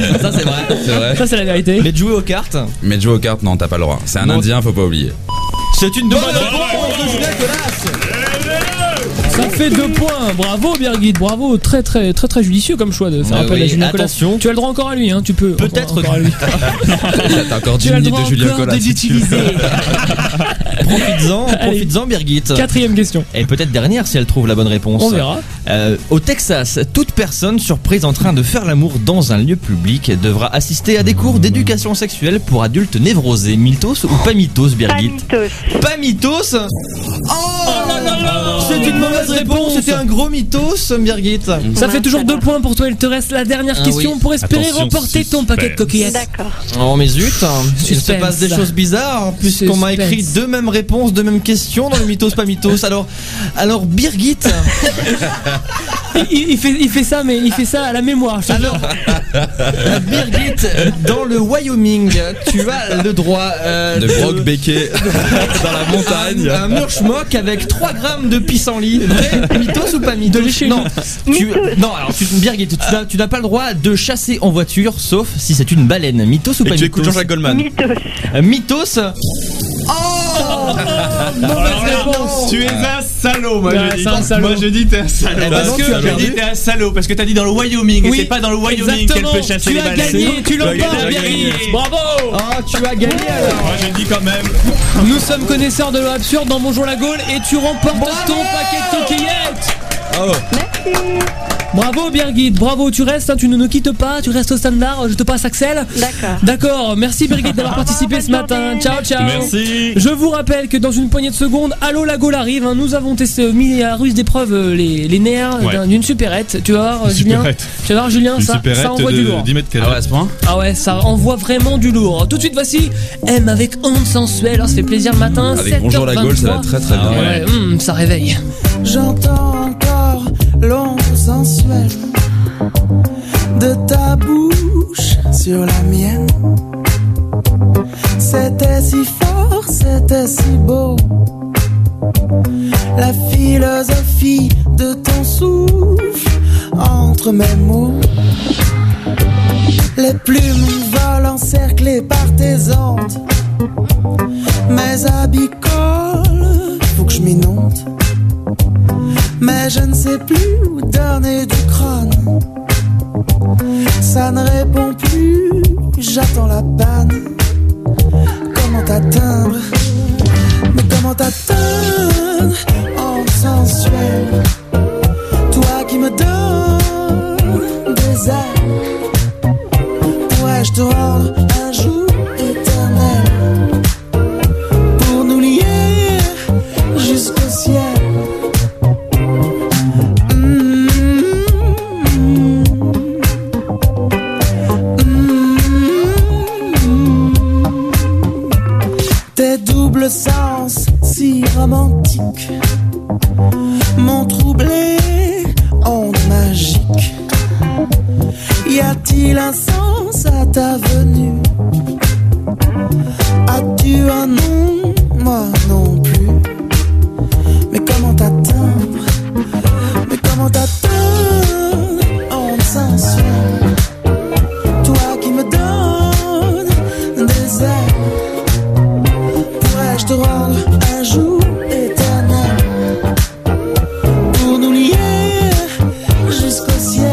Speaker 6: c'est vrai.
Speaker 1: Ça, c'est la vérité.
Speaker 5: Mais de jouer aux cartes,
Speaker 6: Mais de jouer aux cartes, non, t'as pas le droit. C'est un
Speaker 5: Non.
Speaker 6: indien, faut pas oublier.
Speaker 5: c'est une bonne réponse de Julien Colas
Speaker 1: Ça fait deux points. Bravo, Birgit. Bravo. Très, très, très, très judicieux comme choix de faire
Speaker 5: Ah
Speaker 1: appel
Speaker 5: oui,
Speaker 1: à Julien Colas.
Speaker 5: attention.
Speaker 1: Tu as le droit encore à lui. Hein. Tu peux.
Speaker 5: Peut-être.
Speaker 1: Encore à lui.
Speaker 6: Là, T'as encore 10
Speaker 1: Tu as le
Speaker 6: minutes
Speaker 1: droit
Speaker 6: de Julien
Speaker 1: encore
Speaker 6: Collas.
Speaker 1: de l'utiliser.
Speaker 5: Profites-en, profites-en, Birgit.
Speaker 1: Quatrième question.
Speaker 5: Et peut-être dernière si elle trouve la bonne réponse.
Speaker 1: On verra.
Speaker 5: Euh, au Texas, toute personne surprise en train de faire l'amour dans un lieu public devra assister à des cours d'éducation sexuelle pour adultes névrosés. Mythos ou pas mythos,
Speaker 10: Pas
Speaker 5: Birgit
Speaker 10: mythos.
Speaker 5: Pas mythos Oh, C'est une mauvaise réponse, c'était un gros mytho, Somerguit.
Speaker 1: Ça fait toujours deux points pour toi. Il te reste la dernière
Speaker 5: Ah
Speaker 1: question
Speaker 5: oui.
Speaker 1: pour espérer
Speaker 5: Attention,
Speaker 1: remporter ton paquet de coquillettes.
Speaker 5: Oh mais zut, hein. il se
Speaker 1: Suspense.
Speaker 5: passe des choses bizarres hein, puisqu'on m'a écrit deux mêmes réponses, deux mêmes questions dans le mythos pas mythos. Alors, alors Birgit,
Speaker 1: Il, il- il fait, il fait ça, mais il fait ça à la mémoire. je te jure.
Speaker 5: Birgit, dans le Wyoming, tu as le droit euh,
Speaker 6: De Brock Becquet dans la montagne.
Speaker 5: un murchmock avec 3 grammes de pissenlit. Vrai mythos ou pas mythos Non, tu, non alors tu, Birgit, tu n'as- tu n'as pas le droit de chasser en voiture sauf si c'est une baleine. Mythos ou
Speaker 6: Et
Speaker 5: pas
Speaker 6: tu
Speaker 5: mythos
Speaker 6: écoutes Jean-Jacques Goldman.
Speaker 5: Euh, Mythos Oh
Speaker 11: Mauvaise
Speaker 5: réponse
Speaker 3: Tu es un salaud, Oh, moi
Speaker 5: Ouais,
Speaker 3: je dis.
Speaker 5: c'est un salaud.
Speaker 3: Moi je dis t'es un Ah, salaud.
Speaker 5: Eh ben
Speaker 3: parce
Speaker 5: non,
Speaker 3: que
Speaker 5: tu as
Speaker 3: je
Speaker 5: perdu.
Speaker 3: dis t'es un salaud parce que t'as dit dans le Wyoming
Speaker 5: Oui,
Speaker 3: et c'est pas dans le Wyoming qu'elle
Speaker 5: exactement.
Speaker 3: peut chasser
Speaker 5: Tu
Speaker 3: les
Speaker 5: as
Speaker 3: baleines.
Speaker 5: gagné, tu
Speaker 3: Tu as
Speaker 5: l'emportes,
Speaker 3: gagné, tu as
Speaker 5: Birgit.
Speaker 3: gagné.
Speaker 1: Bravo
Speaker 5: Ah, tu as gagné alors
Speaker 3: Moi je dis quand même.
Speaker 1: Nous sommes connaisseurs de l'eau absurde dans Bonjour la Gaule et tu remportes ton paquet de coquillettes. Bravo Birgit, bravo, tu restes, hein, tu ne nous quittes pas, tu restes au standard, je te passe Axel.
Speaker 12: D'accord.
Speaker 1: D'accord, merci Birgit d'avoir participé ce matin. Ciao, ciao.
Speaker 3: Merci.
Speaker 1: Je vous rappelle que dans une poignée de secondes, Allo la Gaule arrive. hein. nous avons testé, euh, mis à la ruse d'épreuve euh, les, les nerfs
Speaker 13: Ouais.
Speaker 1: d'un- d'une supérette. Tu vas voir, euh,
Speaker 13: Une
Speaker 1: Julien.
Speaker 13: supérette.
Speaker 1: Tu vas voir, Julien,
Speaker 13: Une
Speaker 1: ça,
Speaker 13: supérette
Speaker 1: ça envoie
Speaker 13: de
Speaker 1: du lourd.
Speaker 13: 10 mètres carrés.
Speaker 6: à ce point
Speaker 1: Ah ouais, ça envoie vraiment du lourd. hein. Tout de suite, voici M avec onde sensuelle. Alors, ça fait plaisir le matin.
Speaker 6: Avec Bonjour la Gaule, ça va
Speaker 1: 7h23.
Speaker 6: très très bien.
Speaker 1: Ouais, hum, ça réveille.
Speaker 11: J'entends encore l'onde sensuelle de ta bouche sur la mienne. C'était si fort, c'était si beau. La philosophie de ton souffle entre mes mots. Les plumes volent encerclées par tes ondes. Mes habits collent, faut que je m'inonde. Mais je ne sais plus où donner du crâne. Ça ne répond plus, j'attends la panne. Comment t'atteindre Mais comment t'atteindre en sensuel Toi qui me donnes des ailes. Pourrais-je te rendre un jour éternel Pour nous lier jusqu'au ciel Tes doubles sens si romantiques m'ont troublé, onde magique. Y a-t-il un sens à ta venue As-tu un nom Moi non plus. Mais comment t'atteindre Mais comment t'atteindre en sensuel Toi qui me donnes des ailes. Pourrais-je te rendre un jour éternel Pour nous lier jusqu'au ciel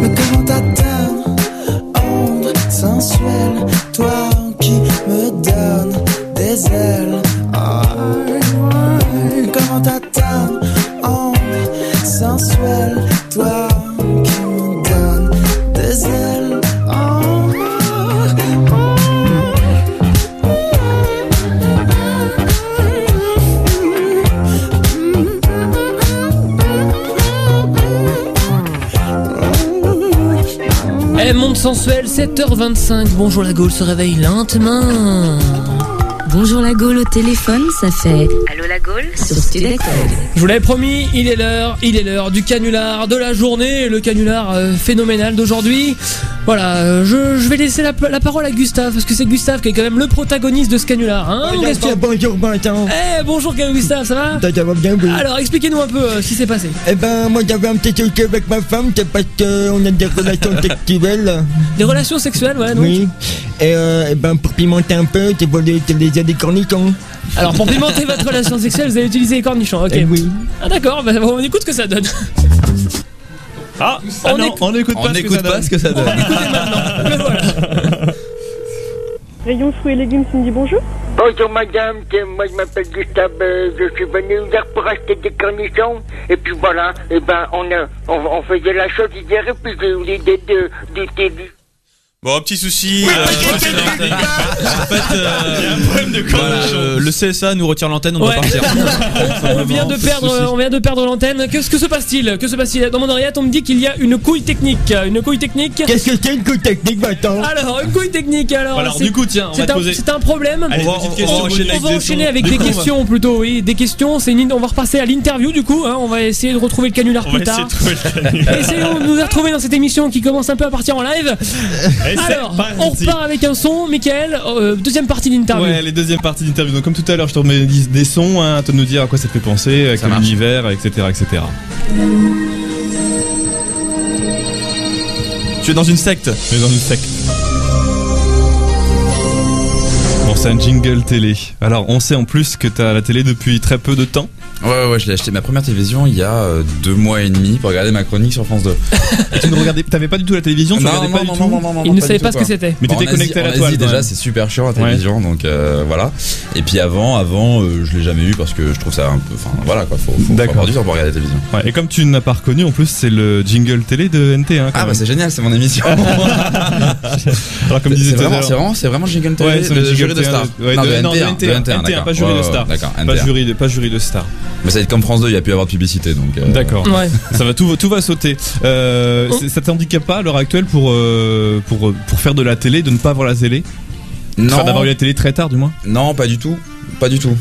Speaker 11: Mais comment t'atteindre onde sensuelle, toi qui me donne des ailes. Ah, comment t'atteindre, onde sensuelle, toi qui me donne des ailes. Ah, ah,
Speaker 1: Eh, monde sensuel, 7h25. Bonjour la Gaule se réveille lentement.
Speaker 14: Bonjour la Gaule au téléphone, ça fait
Speaker 12: Allô la Gaule
Speaker 14: sur Studacol.
Speaker 1: Je vous l'avais promis, il est l'heure, il est l'heure du canular de la journée, le canular euh, phénoménal d'aujourd'hui. Voilà, euh, je, je vais laisser la, la parole à Gustave, parce que c'est Gustave qui est quand même le protagoniste de ce canular.
Speaker 6: Ah,
Speaker 7: Bah,
Speaker 1: Hein, mon Gaspard
Speaker 7: Bonjour, bonjour.
Speaker 1: Eh, bonjour Gustave, ça va
Speaker 7: Ça va bien, oui.
Speaker 1: Alors, expliquez-nous un peu euh, ce qui s'est passé.
Speaker 7: Eh ben, moi j'avais un petit souci avec ma femme, c'est parce qu'on a des relations sexuelles.
Speaker 1: Des relations sexuelles, ouais, donc.
Speaker 7: Oui. Et, euh, eh ben, pour pimenter un peu, j'ai volé j'ai les ailes des cornichons.
Speaker 1: Alors, pour pimenter votre relation sexuelle, vous avez utilisé les cornichons, ok.
Speaker 7: Eh oui.
Speaker 1: Ah, d'accord, bah, on écoute ce que ça donne.
Speaker 3: Ah,
Speaker 1: On
Speaker 3: on
Speaker 1: éc-
Speaker 3: on n'écoute
Speaker 6: On
Speaker 3: pas ce que
Speaker 6: n'écoute
Speaker 3: ça
Speaker 6: pas
Speaker 3: donne.
Speaker 6: ce que ça donne.
Speaker 15: Rayon fruits et légumes, tu me dis bonjour
Speaker 16: Bonjour madame, c'est- moi je m'appelle Gustave, euh, je suis venu hier pour acheter des cornichons et puis voilà, et ben on, a- on, on faisait la chose hier et puis j'ai eu l'idée de, de t'aider.
Speaker 3: Bon, petit souci. euh,
Speaker 4: En fait, euh,
Speaker 3: voilà, euh, le CSA nous retire l'antenne, on
Speaker 4: Ouais.
Speaker 3: doit partir.
Speaker 1: On vient de perdre, on vient de perdre l'antenne. Qu'est-ce que se passe-t-il Que se passe-t-il Dans mon oreillette, on me dit qu'il y a une couille technique. Une couille technique. Qu'est-ce que c'est une couille technique maintenant Alors, une couille technique. Alors,
Speaker 4: Alors,
Speaker 1: c'est-
Speaker 4: du coup, tiens, on
Speaker 1: c'est
Speaker 4: va te
Speaker 1: un-
Speaker 4: poser-
Speaker 1: C'est un problème.
Speaker 4: Allez,
Speaker 1: on,
Speaker 4: petite
Speaker 1: on-
Speaker 4: question
Speaker 1: on-
Speaker 4: bonus.
Speaker 1: on va
Speaker 4: Avec des
Speaker 1: enchaîner
Speaker 4: sons.
Speaker 1: avec
Speaker 4: Du
Speaker 1: des
Speaker 4: coup, on va-
Speaker 1: questions plutôt. Oui, des questions. C'est une- On va repasser à l'interview du coup. hein. on va essayer de retrouver le canular plus tard. Essayons de nous retrouver dans cette émission qui commence un peu à partir en live.
Speaker 3: Et c'est
Speaker 1: Alors, on repart avec un son. Michael, euh, deuxième partie d'interview.
Speaker 3: Ouais, les deuxièmes parties d'interview. Donc, comme tout à l'heure, je te remets des- des sons, hein, te nous dire à quoi ça te fait penser, à quel univers, etc., etc. Tu es dans une secte. Tu es dans une secte. Bon, c'est un jingle télé. Alors, on sait en plus que t'as la télé depuis très peu de temps.
Speaker 6: Ouais, ouais, ouais, je l'ai acheté ma première télévision il y a euh, deux mois et demi pour regarder ma chronique sur France 2.
Speaker 3: Et tu ne regardais, t'avais pas du tout la télévision, tu
Speaker 6: Non,
Speaker 3: regardais
Speaker 6: non,
Speaker 3: pas
Speaker 6: non,
Speaker 3: du
Speaker 6: non,
Speaker 3: tout.
Speaker 6: non, non, non, du tout, quoi.
Speaker 3: Mais
Speaker 6: Bon,
Speaker 3: t'étais
Speaker 6: en Asie-
Speaker 3: connecté à
Speaker 6: en
Speaker 3: la
Speaker 6: Asie,
Speaker 3: toile.
Speaker 6: déjà, c'est super chiant la télévision, donc euh, voilà. Et puis avant, avant, euh, je l'ai jamais eu parce que je trouve ça un peu. Enfin, voilà quoi, faut, faut, faut avoir du temps pour regarder la télévision.
Speaker 3: Ouais, et comme tu n'as pas reconnu, en plus, c'est le jingle télé de NT1.
Speaker 6: Ah bah c'est génial, c'est mon émission.
Speaker 3: Alors comme
Speaker 6: C'est-
Speaker 3: disait
Speaker 6: c'est
Speaker 3: tout à
Speaker 6: vraiment-
Speaker 3: l'heure-
Speaker 6: c'est vraiment- c'est vraiment le jingle télé
Speaker 3: Ouais, c'est le
Speaker 6: de
Speaker 3: jingle
Speaker 6: jury de
Speaker 3: télé
Speaker 6: star.
Speaker 3: ouais,
Speaker 6: Non,
Speaker 3: de,
Speaker 6: de
Speaker 3: non, de
Speaker 6: NT1,
Speaker 3: NT1,
Speaker 6: de NT1,
Speaker 3: pas
Speaker 6: d'accord.
Speaker 3: jury de
Speaker 6: Ouais,
Speaker 3: star.
Speaker 6: ouais, d'accord,
Speaker 3: Pas
Speaker 6: NT1.
Speaker 3: jury de, pas jury de star.
Speaker 6: Mais ça va être comme France 2, il y a pu y avoir de publicité donc. euh,
Speaker 3: D'accord. Ça va tout, tout va sauter. Euh, c'est- Ça t'handicape pas à l'heure actuelle pour, euh, pour, pour faire de la télé, de ne pas avoir la télé
Speaker 6: Non.
Speaker 3: Enfin, d'avoir eu la télé très tard du moins
Speaker 6: Non, pas du tout. Pas du tout.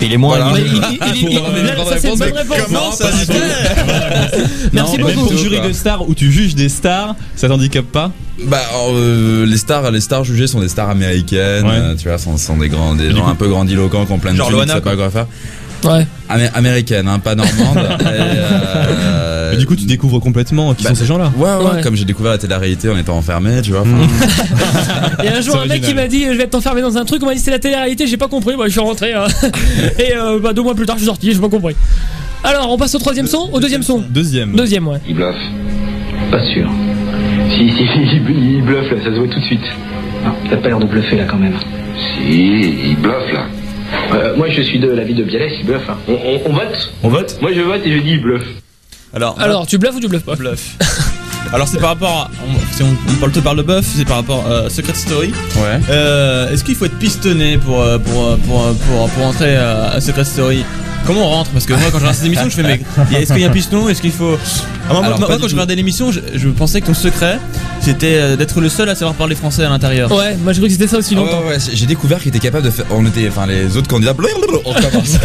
Speaker 3: Il est
Speaker 6: moins Voilà. animé.
Speaker 7: Ah,
Speaker 1: Ça, c'est une bonne réponse.
Speaker 3: Comment ça se
Speaker 1: Merci
Speaker 3: Même
Speaker 1: beaucoup.
Speaker 3: pour jury de stars où tu juges des stars, ça t'handicape pas
Speaker 6: Bah euh, les stars, les stars jugées sont des stars américaines, euh, tu vois, sont, sont des grands, des gens un peu grandiloquents qui ont plein de
Speaker 3: Genre
Speaker 6: thunes, qui
Speaker 3: Loana,
Speaker 6: savent pas quoi faire.
Speaker 1: Ouais.
Speaker 6: Amé- américaine, hein, pas normande. Et, euh,
Speaker 3: Et du coup, tu découvres complètement qui
Speaker 6: bah,
Speaker 3: sont ces gens-là.
Speaker 6: Ouais, ouais,
Speaker 1: Ouais.
Speaker 6: comme j'ai découvert la télé-réalité en étant enfermé, tu vois. enfin,
Speaker 1: Il y a un jour
Speaker 6: C'est
Speaker 1: un mec
Speaker 6: original.
Speaker 1: qui m'a dit euh, je vais être enfermé dans un truc, on m'a dit c'est la télé-réalité, j'ai pas compris, moi je suis rentré. hein. Et euh, bah, deux mois plus tard je suis sorti, j'ai pas compris. Alors on passe au troisième son, au deuxième son.
Speaker 3: Deuxième.
Speaker 1: Deuxième ouais.
Speaker 17: Il bluffe. Pas sûr. Si, si, il bluffe là, ça se voit tout de suite. Non, t'as pas l'air de bluffer là quand même. Si, il bluffe là. moi je suis de l'avis de Bialès, il bluffe. hein. On, on- on vote
Speaker 3: On vote
Speaker 17: Moi je
Speaker 1: euh,
Speaker 17: vote et je dis il bluffe.
Speaker 4: Alors,
Speaker 1: Alors tu bluffes ou tu bluffes pas
Speaker 4: Bluff. Alors c'est par rapport à, on, si on, on parle te parle de bœuf, c'est par rapport à Secret Story.
Speaker 6: Ouais.
Speaker 4: Euh, Est-ce qu'il faut être pistonné pour euh, pour euh, pour euh, pour, pour, entrer euh, à Secret Story Comment on rentre Parce que moi quand je regarde cette émission, je fais mais y a- est-ce qu'il y a un piston Est-ce qu'il faut Ah, Moi, moi,
Speaker 6: Alors,
Speaker 4: moi,
Speaker 6: pas
Speaker 4: quand
Speaker 6: du
Speaker 4: je regardais l'émission, je, je pensais que ton secret c'était euh, d'être le seul à savoir parler français à l'intérieur.
Speaker 1: Ouais, moi je crois que c'était ça aussi
Speaker 6: Ah ouais,
Speaker 1: longtemps.
Speaker 6: ouais, ouais, j'ai découvert qu'il était capable de faire. On était, enfin, les autres candidats. blablabla, on recommence.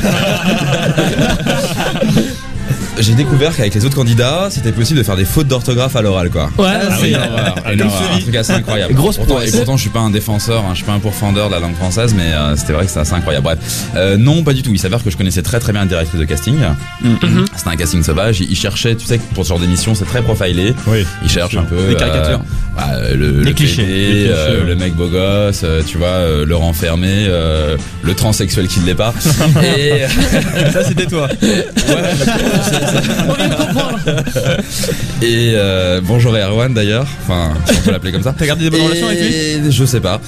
Speaker 6: J'ai découvert qu'avec les autres candidats, c'était possible de faire des fautes d'orthographe à l'oral, quoi.
Speaker 1: Ouais,
Speaker 6: Ah
Speaker 1: c'est-
Speaker 6: oui, une horreur, une
Speaker 1: Comme
Speaker 6: horreur,
Speaker 1: celui.
Speaker 6: un truc assez incroyable.
Speaker 1: Grosse
Speaker 6: pourtant, et
Speaker 1: prouesse.
Speaker 6: pourtant, je suis pas un défenseur, hein, je suis pas un pourfendeur de la langue française, mais euh, c'était vrai que c'est assez incroyable. Bref, Euh, non, pas du tout. Il s'avère que je connaissais très très bien la directrice de casting.
Speaker 1: Mm-hmm.
Speaker 6: Mm-hmm. C'était un casting sauvage. Ils cherchaient, tu sais, que pour ce genre d'émission, c'est très profilé. Ils cherchent un peu
Speaker 4: Les caricatures.
Speaker 6: euh, bah, euh, le,
Speaker 4: Les
Speaker 6: le
Speaker 4: clichés.
Speaker 6: PD,
Speaker 4: Les clichés,
Speaker 6: euh,
Speaker 4: ouais.
Speaker 6: le mec beau gosse, euh, tu vois, euh, le renfermé, euh, le transsexuel qui ne l'est pas. Et euh,
Speaker 4: ça c'était toi.
Speaker 6: Et euh, bonjour à Erwan d'ailleurs, enfin si on peut l'appeler comme ça. T'as
Speaker 4: gardé des bonnes relations avec
Speaker 6: lui Je sais pas.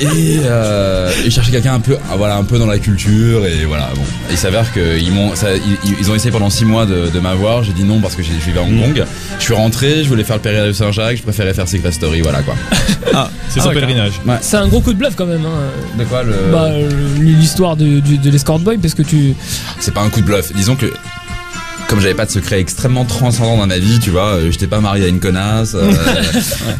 Speaker 6: et euh, ils cherchaient quelqu'un un peu, ah, voilà, un peu dans la culture et voilà. Bon, il s'avère que ils m'ont, ça- ils, ils ont essayé pendant six mois de, de m'avoir. J'ai dit non parce que j'ai- je vivais à Hong Kong. Je suis rentré, je voulais faire le pèlerinage de Saint-Jacques, je préférais faire Secret Story, voilà quoi.
Speaker 3: Ah, c'est
Speaker 1: Ah
Speaker 3: son
Speaker 1: ouais,
Speaker 3: pèlerinage.
Speaker 1: C'est un gros coup de bluff quand même. hein.
Speaker 6: De quoi le
Speaker 1: Bah euh, l'histoire de, du- de l'escort boy parce que tu.
Speaker 6: c'est pas un coup de bluff. Disons que comme j'avais pas de secret extrêmement transcendant dans ma vie, tu vois, euh, j'étais pas marié à une connasse. euh,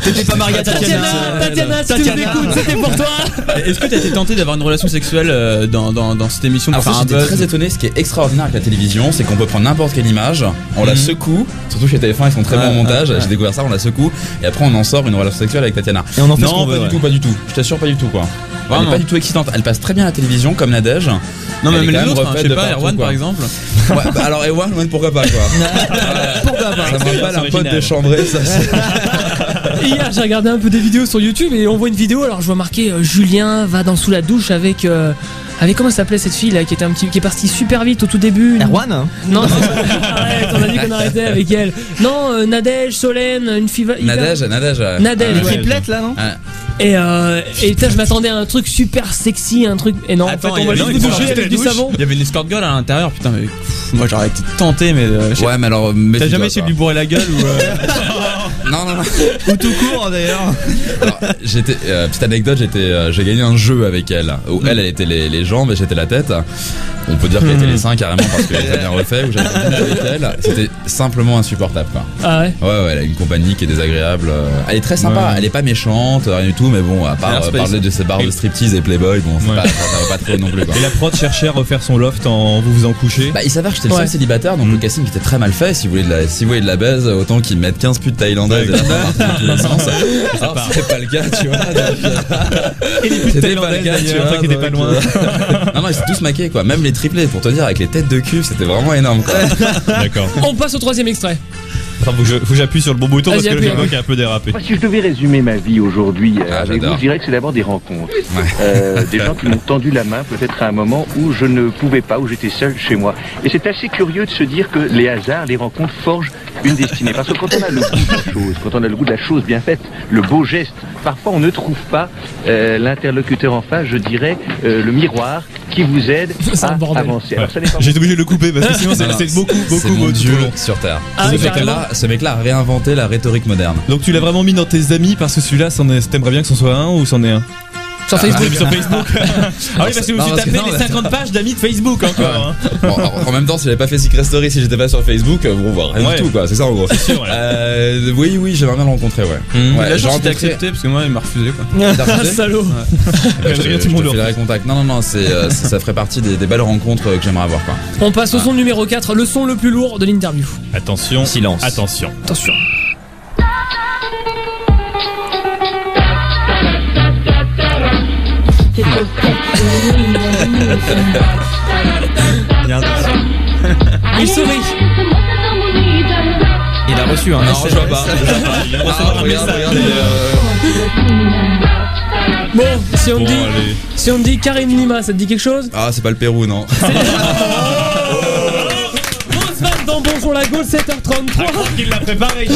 Speaker 4: T'étais pas marié à Tatiana.
Speaker 1: Tatiana, si tu nous
Speaker 4: Tatiana.
Speaker 1: écoutes, c'était pour toi.
Speaker 4: Est-ce que t'as été tenté d'avoir une relation sexuelle euh, dans, dans, dans cette émission pour
Speaker 6: Alors ça,
Speaker 4: faire un
Speaker 6: j'étais
Speaker 4: buzz
Speaker 6: très étonné. Ce qui est extraordinaire avec la télévision, c'est qu'on peut prendre n'importe quelle image, on la
Speaker 4: Mhm.
Speaker 6: secoue. Surtout chez TF1, ils sont très
Speaker 4: Ouais,
Speaker 6: bons en montage.
Speaker 4: ouais, ouais.
Speaker 6: J'ai découvert ça, on la secoue, et après on en sort une relation sexuelle avec Tatiana.
Speaker 4: Et on en fait ce
Speaker 6: non,
Speaker 4: qu'on
Speaker 6: pas
Speaker 4: veut,
Speaker 6: du
Speaker 4: ouais.
Speaker 6: tout, pas du tout. Je t'assure, pas du tout quoi. Elle
Speaker 4: Vraiment.
Speaker 6: est pas du tout excitante. Elle passe très bien à la télévision, comme Nadège.
Speaker 4: Non,
Speaker 6: Elle
Speaker 4: mais
Speaker 6: est
Speaker 4: même
Speaker 6: quand
Speaker 4: les autres, hein,
Speaker 6: refaite
Speaker 4: je sais
Speaker 6: de
Speaker 4: pas,
Speaker 6: partout,
Speaker 4: Erwan
Speaker 6: quoi.
Speaker 4: par exemple.
Speaker 6: Ouais, bah, alors Ewan, Ewan, pourquoi pas quoi
Speaker 4: Pourquoi
Speaker 6: Ça me
Speaker 4: C'est
Speaker 6: rappelle un pote
Speaker 4: original.
Speaker 6: de chambré, ça. c'est-
Speaker 1: Hier, j'ai regardé un peu des vidéos sur YouTube et on voit une vidéo. Alors, je vois marqué euh, Julien va dans sous la douche avec euh, Avec comment s'appelait cette fille là qui était un petit, qui est partie super vite au tout début
Speaker 5: Erwan
Speaker 1: Non, non, arrête, on a dit qu'on arrêtait avec elle. Non, euh, Nadège, Solène, une fille. va- hyper-
Speaker 6: Nadège, Nadège. ouais. Ah,
Speaker 1: Nadège,
Speaker 6: Ouais.
Speaker 1: ouais.
Speaker 6: Ouais.
Speaker 1: Et, euh, et putain, je m'attendais à un truc super sexy, un truc. Et non, en fait, on va juste Ah vous toucher avec du savon.
Speaker 4: Il y avait une escort girl à l'intérieur, putain, mais pff, moi j'aurais été tenté, mais. euh,
Speaker 6: ouais, mais alors.
Speaker 4: T'as jamais essayé de lui bourrer la gueule ou. euh,
Speaker 6: Non, non, non.
Speaker 4: Ou tout court d'ailleurs.
Speaker 6: J'étais euh, petite anecdote, j'étais euh, j'ai gagné un jeu avec elle
Speaker 4: Mm.
Speaker 6: où elle elle était les, les jambes et j'étais la tête. On peut dire qu'elle
Speaker 4: Mm.
Speaker 6: était les seins carrément parce qu'elle était bien refait ou j'avais pas de jeu avec elle. C'était simplement insupportable quoi.
Speaker 1: Ah ouais
Speaker 6: Ouais ouais, elle a une compagnie qui est désagréable. euh, Elle est très sympa,
Speaker 4: Ouais.
Speaker 6: elle est pas méchante, rien du tout, mais bon, à
Speaker 3: Elle a
Speaker 6: part
Speaker 3: l'air
Speaker 6: euh,
Speaker 3: space.
Speaker 6: parler de ses barres de striptease et Playboy, bon, c'est
Speaker 3: Ouais.
Speaker 6: pas, ça va pas trop non plus quoi.
Speaker 3: Et la prod cherchait à refaire son loft en vous vous en couchez.
Speaker 6: Bah, il s'avère que j'étais le
Speaker 3: Ouais.
Speaker 6: seul célibataire, donc le casting était très mal fait. Si vous voulez de la, si vous voulez de la baise, autant qu'ils mettent 15 putes thaïlandaises et la barre partout dans tous les sens. Alors, c'était pas le cas, tu vois. euh, Et les putes
Speaker 3: thaïlandaises, d'ailleurs, toi qui étais pas
Speaker 6: euh,
Speaker 3: loin.
Speaker 6: non, non, ils sont tous maqués, quoi. Même les triplés, pour te dire, avec les têtes de cul, c'était vraiment énorme, quoi.
Speaker 3: D'accord.
Speaker 1: On passe au troisième extrait.
Speaker 3: Enfin, faut que je- faut que j'appuie sur le bon bouton parce
Speaker 1: Vas-y,
Speaker 3: que le
Speaker 1: appuie,
Speaker 3: gémoque
Speaker 1: appuie.
Speaker 3: a un peu dérapé.
Speaker 15: Moi, si je devais résumer ma vie aujourd'hui euh,
Speaker 3: Ah,
Speaker 15: avec
Speaker 3: j'adore.
Speaker 15: vous, je dirais que c'est d'abord des rencontres. Euh, des gens qui m'ont tendu la main peut-être à un moment où je ne pouvais pas, où j'étais seul chez moi. Et c'est assez curieux de se dire que les hasards, les rencontres forgent une destinée. Parce que quand on a le goût de la chose, quand on a le goût de la chose bien faite, le beau geste, parfois on ne trouve pas euh, l'interlocuteur en face, je dirais euh, le miroir qui vous aide
Speaker 3: Ah,
Speaker 15: à avancer. Alors, ça n'est pas
Speaker 3: J'ai été obligé de le couper parce que sinon c'est
Speaker 6: Non, non,
Speaker 3: c'est beaucoup,
Speaker 6: c'est
Speaker 3: beaucoup,
Speaker 6: mon
Speaker 3: beaucoup.
Speaker 6: dieu sur Terre.
Speaker 3: Ah,
Speaker 6: ce
Speaker 3: oui, carrément.
Speaker 6: mec-là ce mec-là a réinventé la rhétorique moderne.
Speaker 3: Donc tu l'as vraiment mis dans tes amis parce que celui-là, c'en est- t'aimerais bien que c'en soit un ou c'en est un
Speaker 1: Sur Facebook.
Speaker 3: Ah, sur Facebook. ah oui, parce que je me suis
Speaker 6: Non, parce que-
Speaker 3: tapé
Speaker 6: non,
Speaker 3: les
Speaker 6: parce-
Speaker 3: 50 pages d'amis de Facebook encore. hein.
Speaker 6: Bon, en- en même temps, si j'avais pas fait Secret Story, si j'étais pas sur Facebook, euh, bon, bah, rien
Speaker 3: Ouais.
Speaker 6: du tout, quoi. C'est ça, en gros. Euh, oui, oui, j'aimerais bien le rencontrer, ouais.
Speaker 4: Ouais,
Speaker 6: ouais
Speaker 4: la
Speaker 6: j'ai
Speaker 4: chance, il t'a
Speaker 6: rencontré-
Speaker 4: accepté parce que moi il m'a refusé quoi.
Speaker 6: T'as refusé
Speaker 1: Salaud.
Speaker 6: Ouais, je,
Speaker 4: Adrien
Speaker 6: te- je te filerai le contact. Non, non, non, c'est, euh, ça ça ferait partie des, des belles rencontres euh, que j'aimerais avoir. Quoi.
Speaker 1: On passe au
Speaker 6: Ah.
Speaker 1: son numéro 4, le son le plus lourd de l'interview.
Speaker 3: Attention. Silence. Attention.
Speaker 1: Attention.
Speaker 7: Il sourit.
Speaker 4: Il a reçu un
Speaker 7: je vois pas.
Speaker 4: Il a reçu un message.
Speaker 1: Bon, si on
Speaker 6: Bon,
Speaker 1: me dit,
Speaker 6: allez.
Speaker 1: si on me dit Karine Lima, ça te dit quelque chose
Speaker 6: Ah, c'est pas le Pérou, non.
Speaker 1: Osman Dambon pour la Gaule 7h33.
Speaker 3: Il l'a préparé.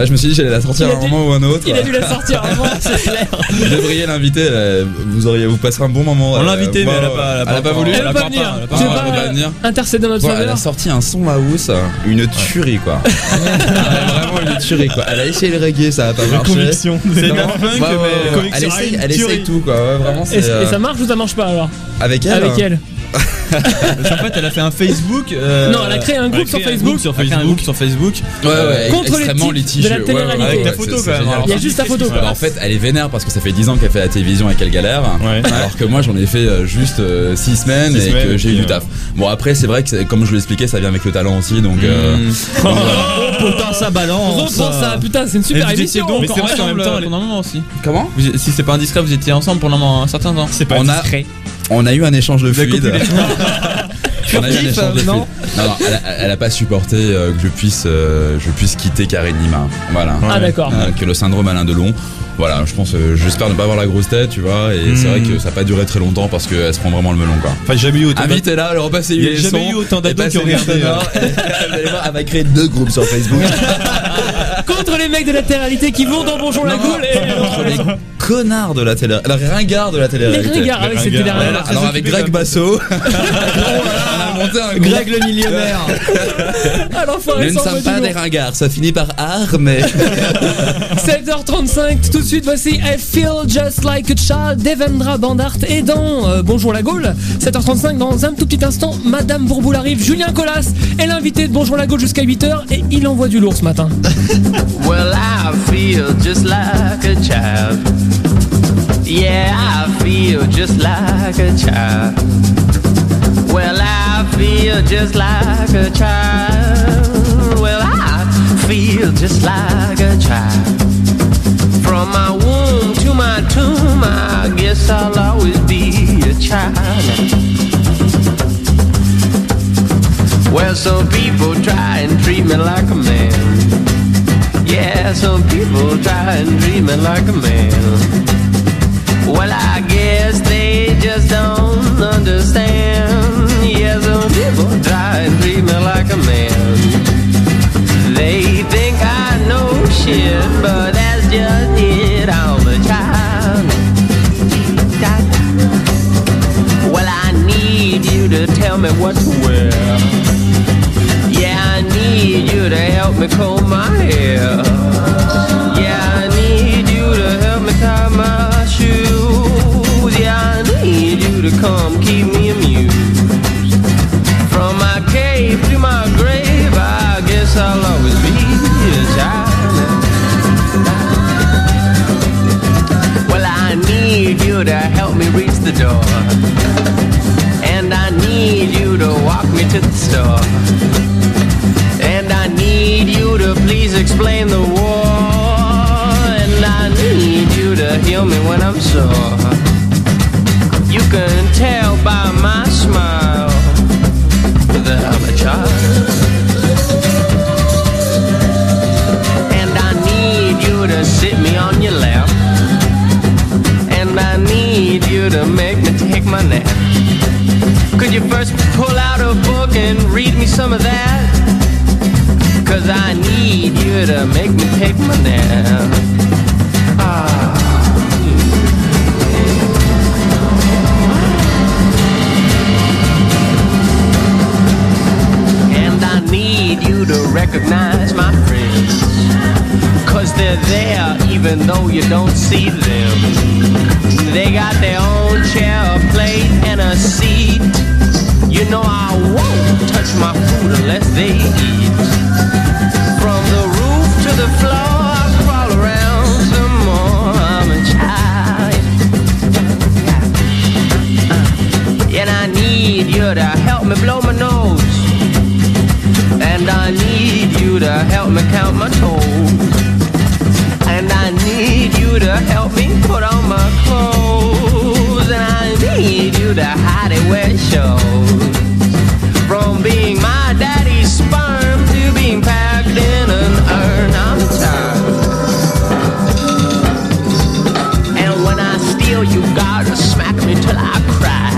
Speaker 6: Ah, je me suis dit, j'allais la sortir à un moment ou un autre.
Speaker 1: Il a dû la sortir avant, c'est clair.
Speaker 6: Vous devriez l'inviter, elle, euh, vous auriez vous passerez un bon moment.
Speaker 4: On
Speaker 6: elle,
Speaker 4: l'a invitée,
Speaker 6: euh,
Speaker 4: mais
Speaker 6: moi,
Speaker 4: elle a pas- elle a pas encore-
Speaker 6: voulu.
Speaker 4: elle a pas
Speaker 6: Ah,
Speaker 4: venir.
Speaker 6: elle a
Speaker 4: Tu veux
Speaker 6: elle
Speaker 4: pas
Speaker 6: veut venir.
Speaker 1: Intercéder dans notre
Speaker 6: Voilà, elle a
Speaker 1: faveur.
Speaker 6: sorti un son house, euh, une tuerie quoi. Ah, Vraiment une tuerie quoi. Elle a essayé le reggae, ça a pas marché.
Speaker 3: conviction. C'est
Speaker 6: Non,
Speaker 3: Daft Punk,
Speaker 6: ouais, ouais,
Speaker 3: mais
Speaker 6: ouais.
Speaker 3: conviction
Speaker 6: Elle
Speaker 3: à
Speaker 6: essaye,
Speaker 3: une
Speaker 6: elle essaye
Speaker 3: tuerie.
Speaker 6: tout quoi. Ouais, vraiment,
Speaker 1: Et,
Speaker 6: c'est,
Speaker 1: et
Speaker 6: euh,
Speaker 1: ça marche ou ça marche pas alors
Speaker 6: Avec elle
Speaker 1: Avec
Speaker 6: hein.
Speaker 1: elle.
Speaker 4: En fait, elle a fait un Facebook. euh,
Speaker 1: Non, elle a créé un
Speaker 4: elle
Speaker 1: groupe
Speaker 4: créé
Speaker 1: sur
Speaker 4: un
Speaker 1: Facebook.
Speaker 4: groupe sur Facebook. sur Facebook.
Speaker 6: Ouais, ouais,
Speaker 1: Contre les
Speaker 6: extrêmement
Speaker 1: titres de
Speaker 6: litigieux.
Speaker 1: la
Speaker 6: Ouais, ouais,
Speaker 1: télé-réalité.
Speaker 6: ouais,
Speaker 1: Avec ta
Speaker 6: ouais,
Speaker 1: photo,
Speaker 6: c'est-
Speaker 1: quand
Speaker 6: c'est
Speaker 1: même.
Speaker 4: hein.
Speaker 6: génial.
Speaker 1: Il y a juste ta photo, quoi.
Speaker 6: Bah, en fait, elle est vénère parce que ça fait 10 ans qu'elle fait la télévision et qu'elle galère. Alors que moi, j'en ai fait euh, juste 6 semaines
Speaker 3: Six
Speaker 6: et
Speaker 3: semaines,
Speaker 6: que j'ai eu
Speaker 3: puis,
Speaker 4: euh,
Speaker 6: du taf. Bon, après, c'est vrai que, c'est- comme je vous l'expliquais, ça vient avec le talent aussi. Donc, euh,
Speaker 4: Hmm.
Speaker 5: Pourtant, ça balance.
Speaker 1: Reprends ça, putain, c'est une super
Speaker 4: Et vous étiez
Speaker 1: émission.
Speaker 4: donc
Speaker 1: encore
Speaker 4: ensemble
Speaker 1: ensemble.
Speaker 4: pendant un moment aussi.
Speaker 6: Comment
Speaker 4: Vous- Si c'est pas indiscret, vous étiez ensemble pendant un certain temps.
Speaker 3: C'est
Speaker 6: on a, on a eu un échange de fluide. On a eu un
Speaker 4: Furtif,
Speaker 6: échange de
Speaker 4: non
Speaker 6: fluide. Non, non, elle, a- elle a pas supporté euh, que je puisse, euh, je puisse quitter Karen Lima. Voilà.
Speaker 1: Ah, d'accord.
Speaker 6: Euh, que le syndrome Alain Delon. Voilà, je pense, euh, j'espère ne pas avoir la grosse tête, tu vois. Et c'est vrai que ça n'a pas duré très longtemps parce qu'elle se prend vraiment le melon, quoi.
Speaker 3: Enfin, j'ai jamais eu autant
Speaker 6: Invite là, le repassez
Speaker 3: Il y a
Speaker 6: les
Speaker 3: jamais
Speaker 6: sons,
Speaker 3: eu autant
Speaker 6: et
Speaker 3: d'ados
Speaker 6: passez
Speaker 3: qui ont regardé,
Speaker 6: les sonores, et Vous allez voir, elle va créer deux groupes sur Facebook.
Speaker 1: Contre les mecs de la télé-réalité qui vont dans Bonjour la Gaule.
Speaker 6: Entre les connards de la télé, les ringards de la télé.
Speaker 1: Les ringards, ouais, c'était les ringards.
Speaker 6: Alors avec Greg Basso, on a monté un groupe.
Speaker 5: Greg le millionnaire.
Speaker 1: Et alors,
Speaker 6: Nous ne sommes pas des ringards, ça finit par art, mais.
Speaker 1: 7h35, tout de suite voici I Feel Just Like a Child, Devendra Bandart et dans euh, Bonjour la Gaule. 7h35, dans un tout petit instant, Madame Bourboul arrive, Julien Colas est l'invité de Bonjour la Gaule jusqu'à 8h et il envoie du lourd ce matin.
Speaker 18: Well, I feel just like a child. Yeah, I feel just like a child. Well, I feel just like a child. Well, I feel just like a child. From my womb to my tomb, I guess I'll always be a child. Well, some people try and treat me like a man. Yeah, some people try and treat me like a man. Well, I guess they just don't don't understand. Yeah, some people try and treat me like a man. They think I know shit, but that's just it. I'm a child. Da- Well, I need you to tell me what to wear. Yeah, I need you to help me comb my hair. Yeah, I need you to help me tie my shoes. Yeah, I need you to come keep me amused. From my cave to my grave, I guess I'll always be a child. Well, I need you to help me reach the door. And I need you to walk me to the store. And I need you to please explain the war. And I need you to heal me when I'm sore. You can tell by my smile that I'm a child. And I need you to sit me on your lap. And I need you to make me take my nap. Could you first pull out a book and read me some of that? Cause I need you to make me take my nap. Ah. And I need you to recognize my friends. Cause they're there even though you don't see them. They got their own chair, a plate, and a seat. You know I won't touch my food unless they eat. From the roof to the floor, I crawl around some more. I'm a child. And I need you to help me blow my nose. And I need you to help me count my toes. And I need you to help me put on my clothes. And I need you to hide it where it shows. From being my daddy's sperm to being packed in an urn, I'm tired. And when I steal, you gotta smack me till I cry.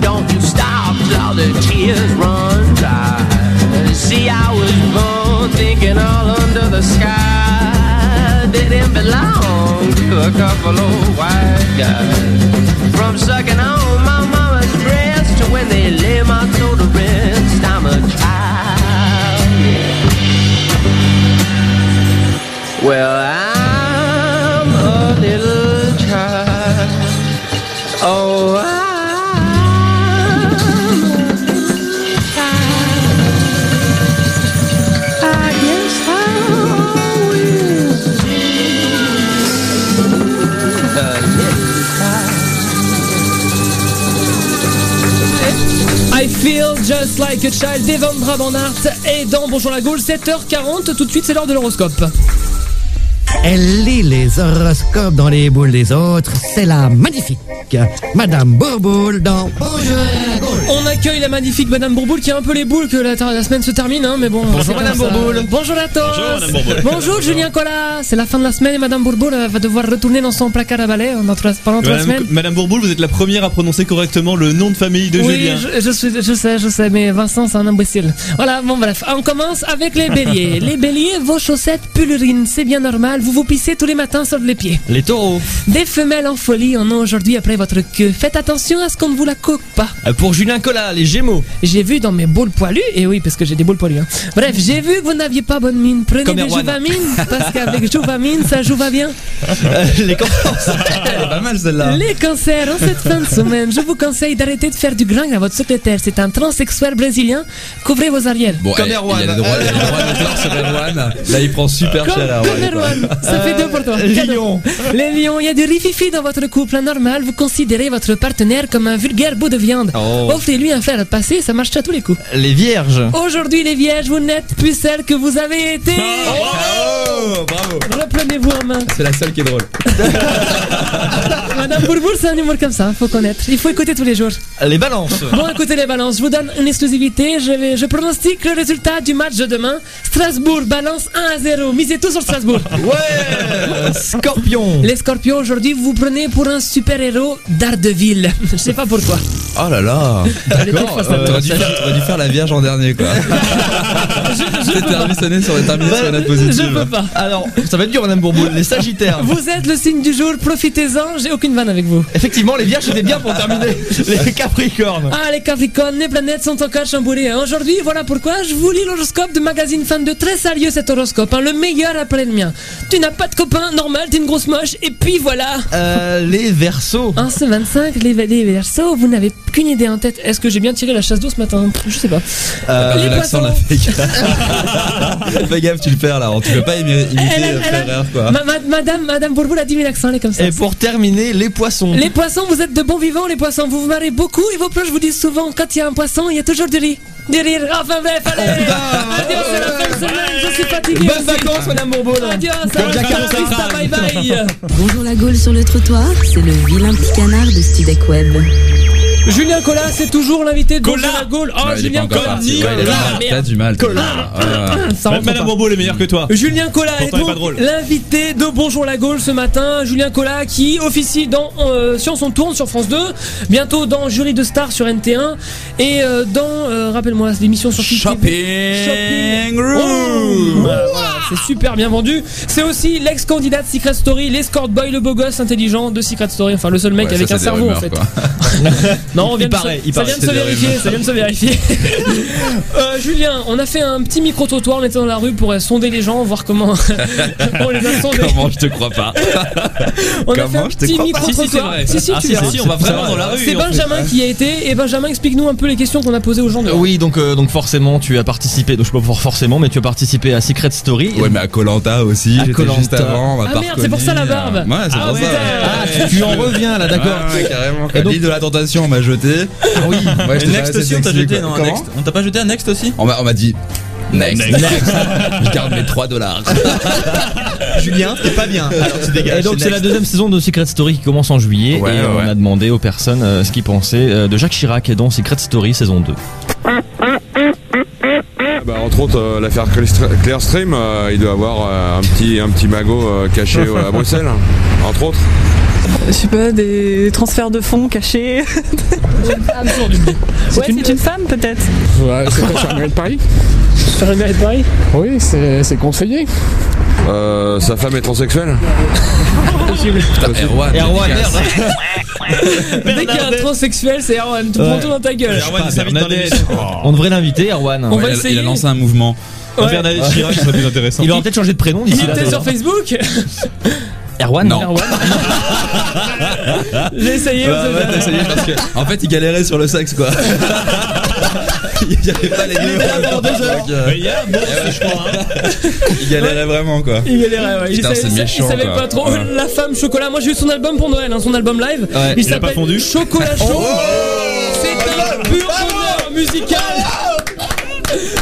Speaker 18: Don't you stop till the tears run dry. See, I was born thinking all under the sky didn't belong to a couple of white guys. From sucking on my mama's breast to when they lay my soul to rest, I'm a child. yeah. Well, I'm a little child. Oh,
Speaker 1: I feel just like a child d'Evandra Banhart et dans Bonjour la Gaule 7h40 tout de suite c'est l'heure de l'horoscope.
Speaker 2: Elle lit les horoscopes dans les boules des autres. C'est la magnifique Madame Bourboule dans Bonjour à la Gaule.
Speaker 1: On accueille la magnifique Madame Bourboule qui a un peu les boules que la, la semaine se termine hein, mais bon. c'est
Speaker 4: Bonjour
Speaker 1: comme
Speaker 4: Madame
Speaker 1: ça.
Speaker 4: Bourboule.
Speaker 1: Bonjour à tous.
Speaker 4: Bonjour, Madame Bourboule.
Speaker 1: Bonjour Julien Collat. C'est la fin de la semaine et Madame Bourboule euh, va devoir retourner dans son placard à balai euh, dans trois- pendant trois
Speaker 3: Madame,
Speaker 1: semaines.
Speaker 3: Madame Bourboule, vous êtes la première à prononcer correctement le nom de famille de
Speaker 1: oui,
Speaker 3: Julien.
Speaker 1: je, je suis- je sais, je sais, mais Vincent, c'est un imbécile. Voilà, bon, bref. On commence avec les béliers. les béliers, vos chaussettes pullurinent, c'est bien normal. Vous vous pissez tous les matins sur les pieds.
Speaker 5: Les taureaux.
Speaker 1: Des femelles en folie en ont aujourd'hui après votre queue. Faites attention à ce qu'on ne vous la coque pas.
Speaker 5: Euh, Pour Julien Collat, les Gémeaux.
Speaker 1: J'ai vu dans mes boules poilues, et oui, parce que j'ai des boules poilues. hein. Bref, j'ai vu que vous n'aviez pas bonne mine. Prenez
Speaker 5: Comme
Speaker 1: des
Speaker 5: Erwan.
Speaker 1: juvamines, parce qu'avec juvamine, ça joue va bien.
Speaker 5: Euh, les Cancers. Elle est pas mal celle-là.
Speaker 1: Les cancers, en cette fin de semaine, je vous conseille d'arrêter de faire du gringue à votre secrétaire. C'est un transsexuel brésilien. Couvrez vos arrières.
Speaker 5: Bon, Comme Erwan. Il a le droit, il a le droit d'auteur sur Erwan. Là, il prend super
Speaker 1: Comme-
Speaker 5: cher
Speaker 1: comme Erwan. Ça fait deux pour toi.
Speaker 5: Euh,
Speaker 1: Lion. Les lions, il y a du rififi dans votre couple. Normal, vous considérez votre partenaire comme un vulgaire bout de viande.
Speaker 5: Oh.
Speaker 1: Offrez-lui un fer à passer, ça marche à tous les coups.
Speaker 5: Les Vierges.
Speaker 1: Aujourd'hui, les vierges, vous n'êtes plus celles que vous avez été.
Speaker 5: Oh, bravo.
Speaker 1: Reprenez-vous en main.
Speaker 5: C'est la seule qui est drôle.
Speaker 1: Madame Bourboule, c'est un humour comme ça, faut connaître. Il faut écouter tous les jours.
Speaker 5: Les Balances.
Speaker 1: Bon, écoutez les balances, je vous donne une exclusivité. Je, vais, je pronostique le résultat du match de demain. Strasbourg, balance 1 à 0. Misez tout sur Strasbourg.
Speaker 5: Ouais
Speaker 1: Scorpion Les scorpions, aujourd'hui, vous prenez pour un super-héros d'Ardeville. Je sais pas pourquoi.
Speaker 6: Oh là là Euh,
Speaker 1: Elle était face à toi.
Speaker 6: T'aurais dû, faire- t'aurais dû faire la vierge en dernier quoi. C'était terminé sur terminé sur une note positive.
Speaker 1: Je peux pas.
Speaker 5: Alors, ça va être dur, Madame Bourboule. Les Sagittaires.
Speaker 1: Vous êtes le signe du jour, profitez-en, j'ai aucune vanne avec vous.
Speaker 5: Effectivement, les Vierges, c'était bien pour terminer. Les Capricornes.
Speaker 1: Ah les Capricornes, les planètes sont encore chamboulées. hein. Aujourd'hui, voilà pourquoi je vous lis l'horoscope de magazine fan de très sérieux cet horoscope, hein, le meilleur après le mien. Tu n'as pas de copain, normal, t'es une grosse moche, et puis voilà.
Speaker 6: Euh,
Speaker 5: les Verseaux.
Speaker 1: En ce 25, les, les Verseaux, vous n'avez qu'une idée en tête. Est-ce que j'ai bien tiré la chasse d'eau ce matin Je sais pas.
Speaker 6: Euh,
Speaker 1: les
Speaker 6: l'accent
Speaker 1: poissons.
Speaker 6: l'a fait gaffe. Fais gaffe, tu le perds là. Tu peux pas imiter
Speaker 1: Elle a-
Speaker 6: euh,
Speaker 1: elle a-
Speaker 6: Ferrer quoi.
Speaker 1: Ma- ma- madame, madame Bourboul a dit mille accents, elle est comme ça.
Speaker 5: Et pour terminer, les Poissons.
Speaker 1: Les poissons, vous êtes de bons vivants, les poissons. Vous vous marrez beaucoup et vos proches vous disent souvent quand il y a un poisson, il y a toujours du riz. Du rire. Enfin bref, allez Adieu, c'est la fin de semaine, je suis fatigué.
Speaker 5: Bonnes
Speaker 1: aussi.
Speaker 5: vacances, Madame Bourboule.
Speaker 1: Adieu, ça
Speaker 5: Bonnes
Speaker 1: va,
Speaker 5: vacances,
Speaker 1: Christa,
Speaker 5: Sarah.
Speaker 1: bye bye
Speaker 14: Bonjour la Gaule sur le trottoir, c'est le vilain petit canard de Studec Web.
Speaker 1: Julien Collat, c'est toujours l'invité de Bonjour la Gaule. Oh,
Speaker 6: Ouais, il est pas
Speaker 1: Julien
Speaker 6: encore
Speaker 1: Collat
Speaker 6: parti. Ouais, il a
Speaker 1: Ah,
Speaker 6: du mal, T'as
Speaker 1: merde.
Speaker 6: du mal. Ah, t'as du
Speaker 1: Colin.
Speaker 6: mal. Ouais, ouais.
Speaker 1: Ça rentre Madame pas.
Speaker 3: Bobo est meilleur que toi.
Speaker 1: Julien Collat est
Speaker 3: Pourtant, il est
Speaker 1: donc
Speaker 3: pas drôle.
Speaker 1: l'invité de Bonjour la Gaule ce matin. Julien Collat qui officie dans euh, Science on tourne sur France 2, bientôt dans Jury de Stars sur NT1 et euh, dans, euh, rappelle-moi, l'émission sur Kick TV. Shopping Room. Voilà, voilà, c'est super bien vendu. C'est aussi l'ex-candidat de Secret Story, l'escort boy, le beau gosse intelligent de Secret Story. Enfin, le seul mec
Speaker 6: Ouais,
Speaker 1: avec
Speaker 6: ça,
Speaker 1: un
Speaker 6: c'est des
Speaker 1: cerveau
Speaker 6: rumeurs,
Speaker 1: en fait.
Speaker 6: quoi.
Speaker 1: Non, on
Speaker 6: Il
Speaker 1: vient de
Speaker 6: paraît,
Speaker 1: se-
Speaker 6: il
Speaker 1: ça
Speaker 6: paraît,
Speaker 1: vient de
Speaker 6: c'est
Speaker 1: se
Speaker 6: des
Speaker 1: vérifier,
Speaker 6: rumeurs.
Speaker 1: ça vient de se vérifier. Euh, Julien, on a fait un petit micro-trottoir, on était dans la rue pour euh, sonder les gens, voir comment on les a sondés.
Speaker 6: Comment je te crois pas
Speaker 1: On a fait
Speaker 6: Comment
Speaker 1: un
Speaker 6: je te
Speaker 1: petit
Speaker 6: crois pas
Speaker 1: micro-trottoir.
Speaker 6: Si, c'est vrai.
Speaker 1: Si, si,
Speaker 6: Ah,
Speaker 1: tu
Speaker 6: si,
Speaker 1: verras.
Speaker 6: si, on va vraiment dans la rue,
Speaker 1: C'est
Speaker 6: en fait.
Speaker 1: Benjamin qui y a été. Et Benjamin, explique-nous un peu les questions qu'on a posées aux gens. dehors.
Speaker 5: Oui, donc, euh, donc forcément, tu as participé, donc je sais pas for- forcément, mais tu as participé à Secret Story.
Speaker 6: Ouais, mais à Colanta aussi,
Speaker 5: À
Speaker 6: j'étais juste
Speaker 5: Koh-Lanta.
Speaker 6: avant.
Speaker 1: Ah
Speaker 6: à
Speaker 1: merde, c'est
Speaker 6: Parcoli.
Speaker 1: pour ça la barbe.
Speaker 6: Ouais, c'est
Speaker 1: Ah
Speaker 6: pour
Speaker 1: ouais.
Speaker 6: ça.
Speaker 5: Ah, tu en reviens là, d'accord.
Speaker 6: Ouais, ouais, carrément. quoi.
Speaker 5: Et donc-
Speaker 6: L'île de la tentation, on m'a jeté. Ah oui.
Speaker 4: Et Next aussi, on t'a jeté, non un Next. On t'a pas jeté un Next aussi
Speaker 6: On m'a on m'a dit. Next. Next. Je garde mes 3 dollars.
Speaker 5: Julien, t'es pas bien.
Speaker 4: Alors tu dégages.
Speaker 5: Et donc c'est la
Speaker 4: next.
Speaker 5: deuxième saison de Secret Story qui commence en juillet
Speaker 6: Ouais,
Speaker 5: et
Speaker 6: ouais,
Speaker 5: on
Speaker 6: ouais.
Speaker 5: a demandé aux personnes euh, ce qu'ils pensaient euh, de Jacques Chirac et dont Secret Story saison 2.
Speaker 19: Bah, entre autres, euh, l'affaire Clear- Clearstream, euh, il doit avoir euh, un petit, un petit magot euh, caché euh, à Bruxelles, entre autres.
Speaker 20: Je sais pas, des transferts de fonds cachés. C'est une, une femme peut-être
Speaker 21: Ouais, c'est quoi sur la mairie de Paris Sur la mairie de Paris Oui, c'est c'est conseillé.
Speaker 19: Euh, sa femme est transsexuelle
Speaker 5: Euh,
Speaker 6: Putain, Erwan,
Speaker 5: Erwan,
Speaker 6: dédicace.
Speaker 1: Dès qu'il y a un transsexuel, c'est Erwan. Tu
Speaker 5: Ouais.
Speaker 1: prends tout dans ta gueule.
Speaker 3: Erwan, il s'invite dans
Speaker 5: Bernadette. Oh.
Speaker 3: l'émission.
Speaker 5: On devrait l'inviter, Erwan. Ah,
Speaker 1: On va
Speaker 6: Il a- Il
Speaker 1: essayer.
Speaker 6: a lancé un mouvement.
Speaker 1: Ouais.
Speaker 3: Bernadette Chirac, ça serait plus intéressant.
Speaker 5: Il aura peut-être changé de prénom
Speaker 1: Il
Speaker 5: d'ici là.
Speaker 1: était
Speaker 5: d'ailleurs.
Speaker 1: sur Facebook.
Speaker 5: Erwan
Speaker 6: Non.
Speaker 1: Erwan. J'ai essayé.
Speaker 6: Bah ouais, t'as essayé parce que, en fait, il galérait sur le sexe, quoi. il n'y avait pas les deux. Donc, euh,
Speaker 3: Mais il y a un bon, je crois. hein.
Speaker 6: il galérait vraiment, quoi.
Speaker 1: Il galérait, ouais. Il
Speaker 6: Putain,
Speaker 1: savait,
Speaker 6: c'est
Speaker 1: il sa-
Speaker 6: méchant,
Speaker 1: il savait
Speaker 6: quoi.
Speaker 1: pas trop.
Speaker 6: Ouais.
Speaker 1: La femme chocolat. Moi, j'ai eu son album pour Noël, hein, son album live.
Speaker 6: Ouais.
Speaker 1: Il
Speaker 6: Il a pas
Speaker 1: s'appelle
Speaker 6: fondu Oh.
Speaker 1: Chocolat chaud. C'est un pur bonheur musical.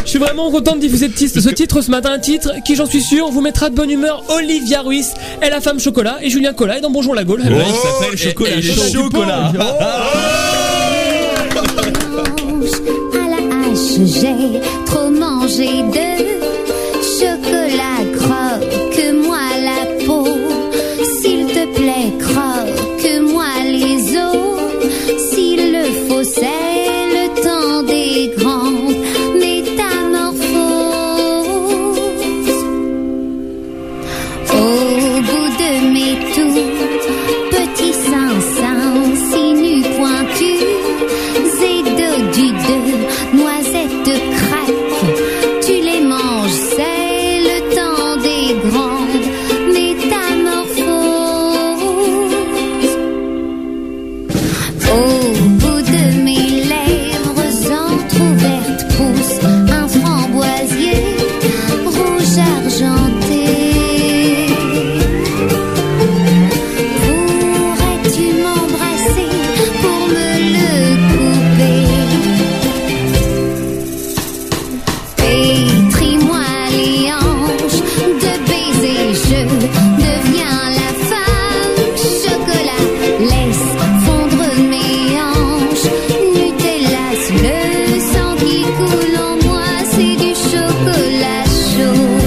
Speaker 1: Je suis vraiment content de diffuser ce titre- ce titre ce matin, un titre qui, j'en suis sûr, vous mettra de bonne humeur. Olivia Ruiz et la femme chocolat et Julien Collat et dans Bonjour la Gaule. Oh.
Speaker 3: Le mec s'appelle Chocolat
Speaker 6: et- et-
Speaker 3: Chaud.
Speaker 6: Chocolat.
Speaker 9: À la hache, j'ai trop mangé de chocolat. Croque-moi la peau, s'il te plaît. Croque-moi les os, s'il le faut. C'est le temps des grandes métamorphoses. Au bout de mes tours, petit sein, sein, sinu pointu, zédo du deux, noisettes craque, tu les manges, c'est le temps des grandes métamorphoses. Au bout de mes lèvres entrouvertes pousse un framboisier rouge argenté. Pourrais-tu m'embrasser pour me le couper Pétris-moi les hanches de baisers, je deviens la femme chocolat. Laisse fondre mes hanches, Nutella, le sang qui coule en moi, c'est du chocolat chaud.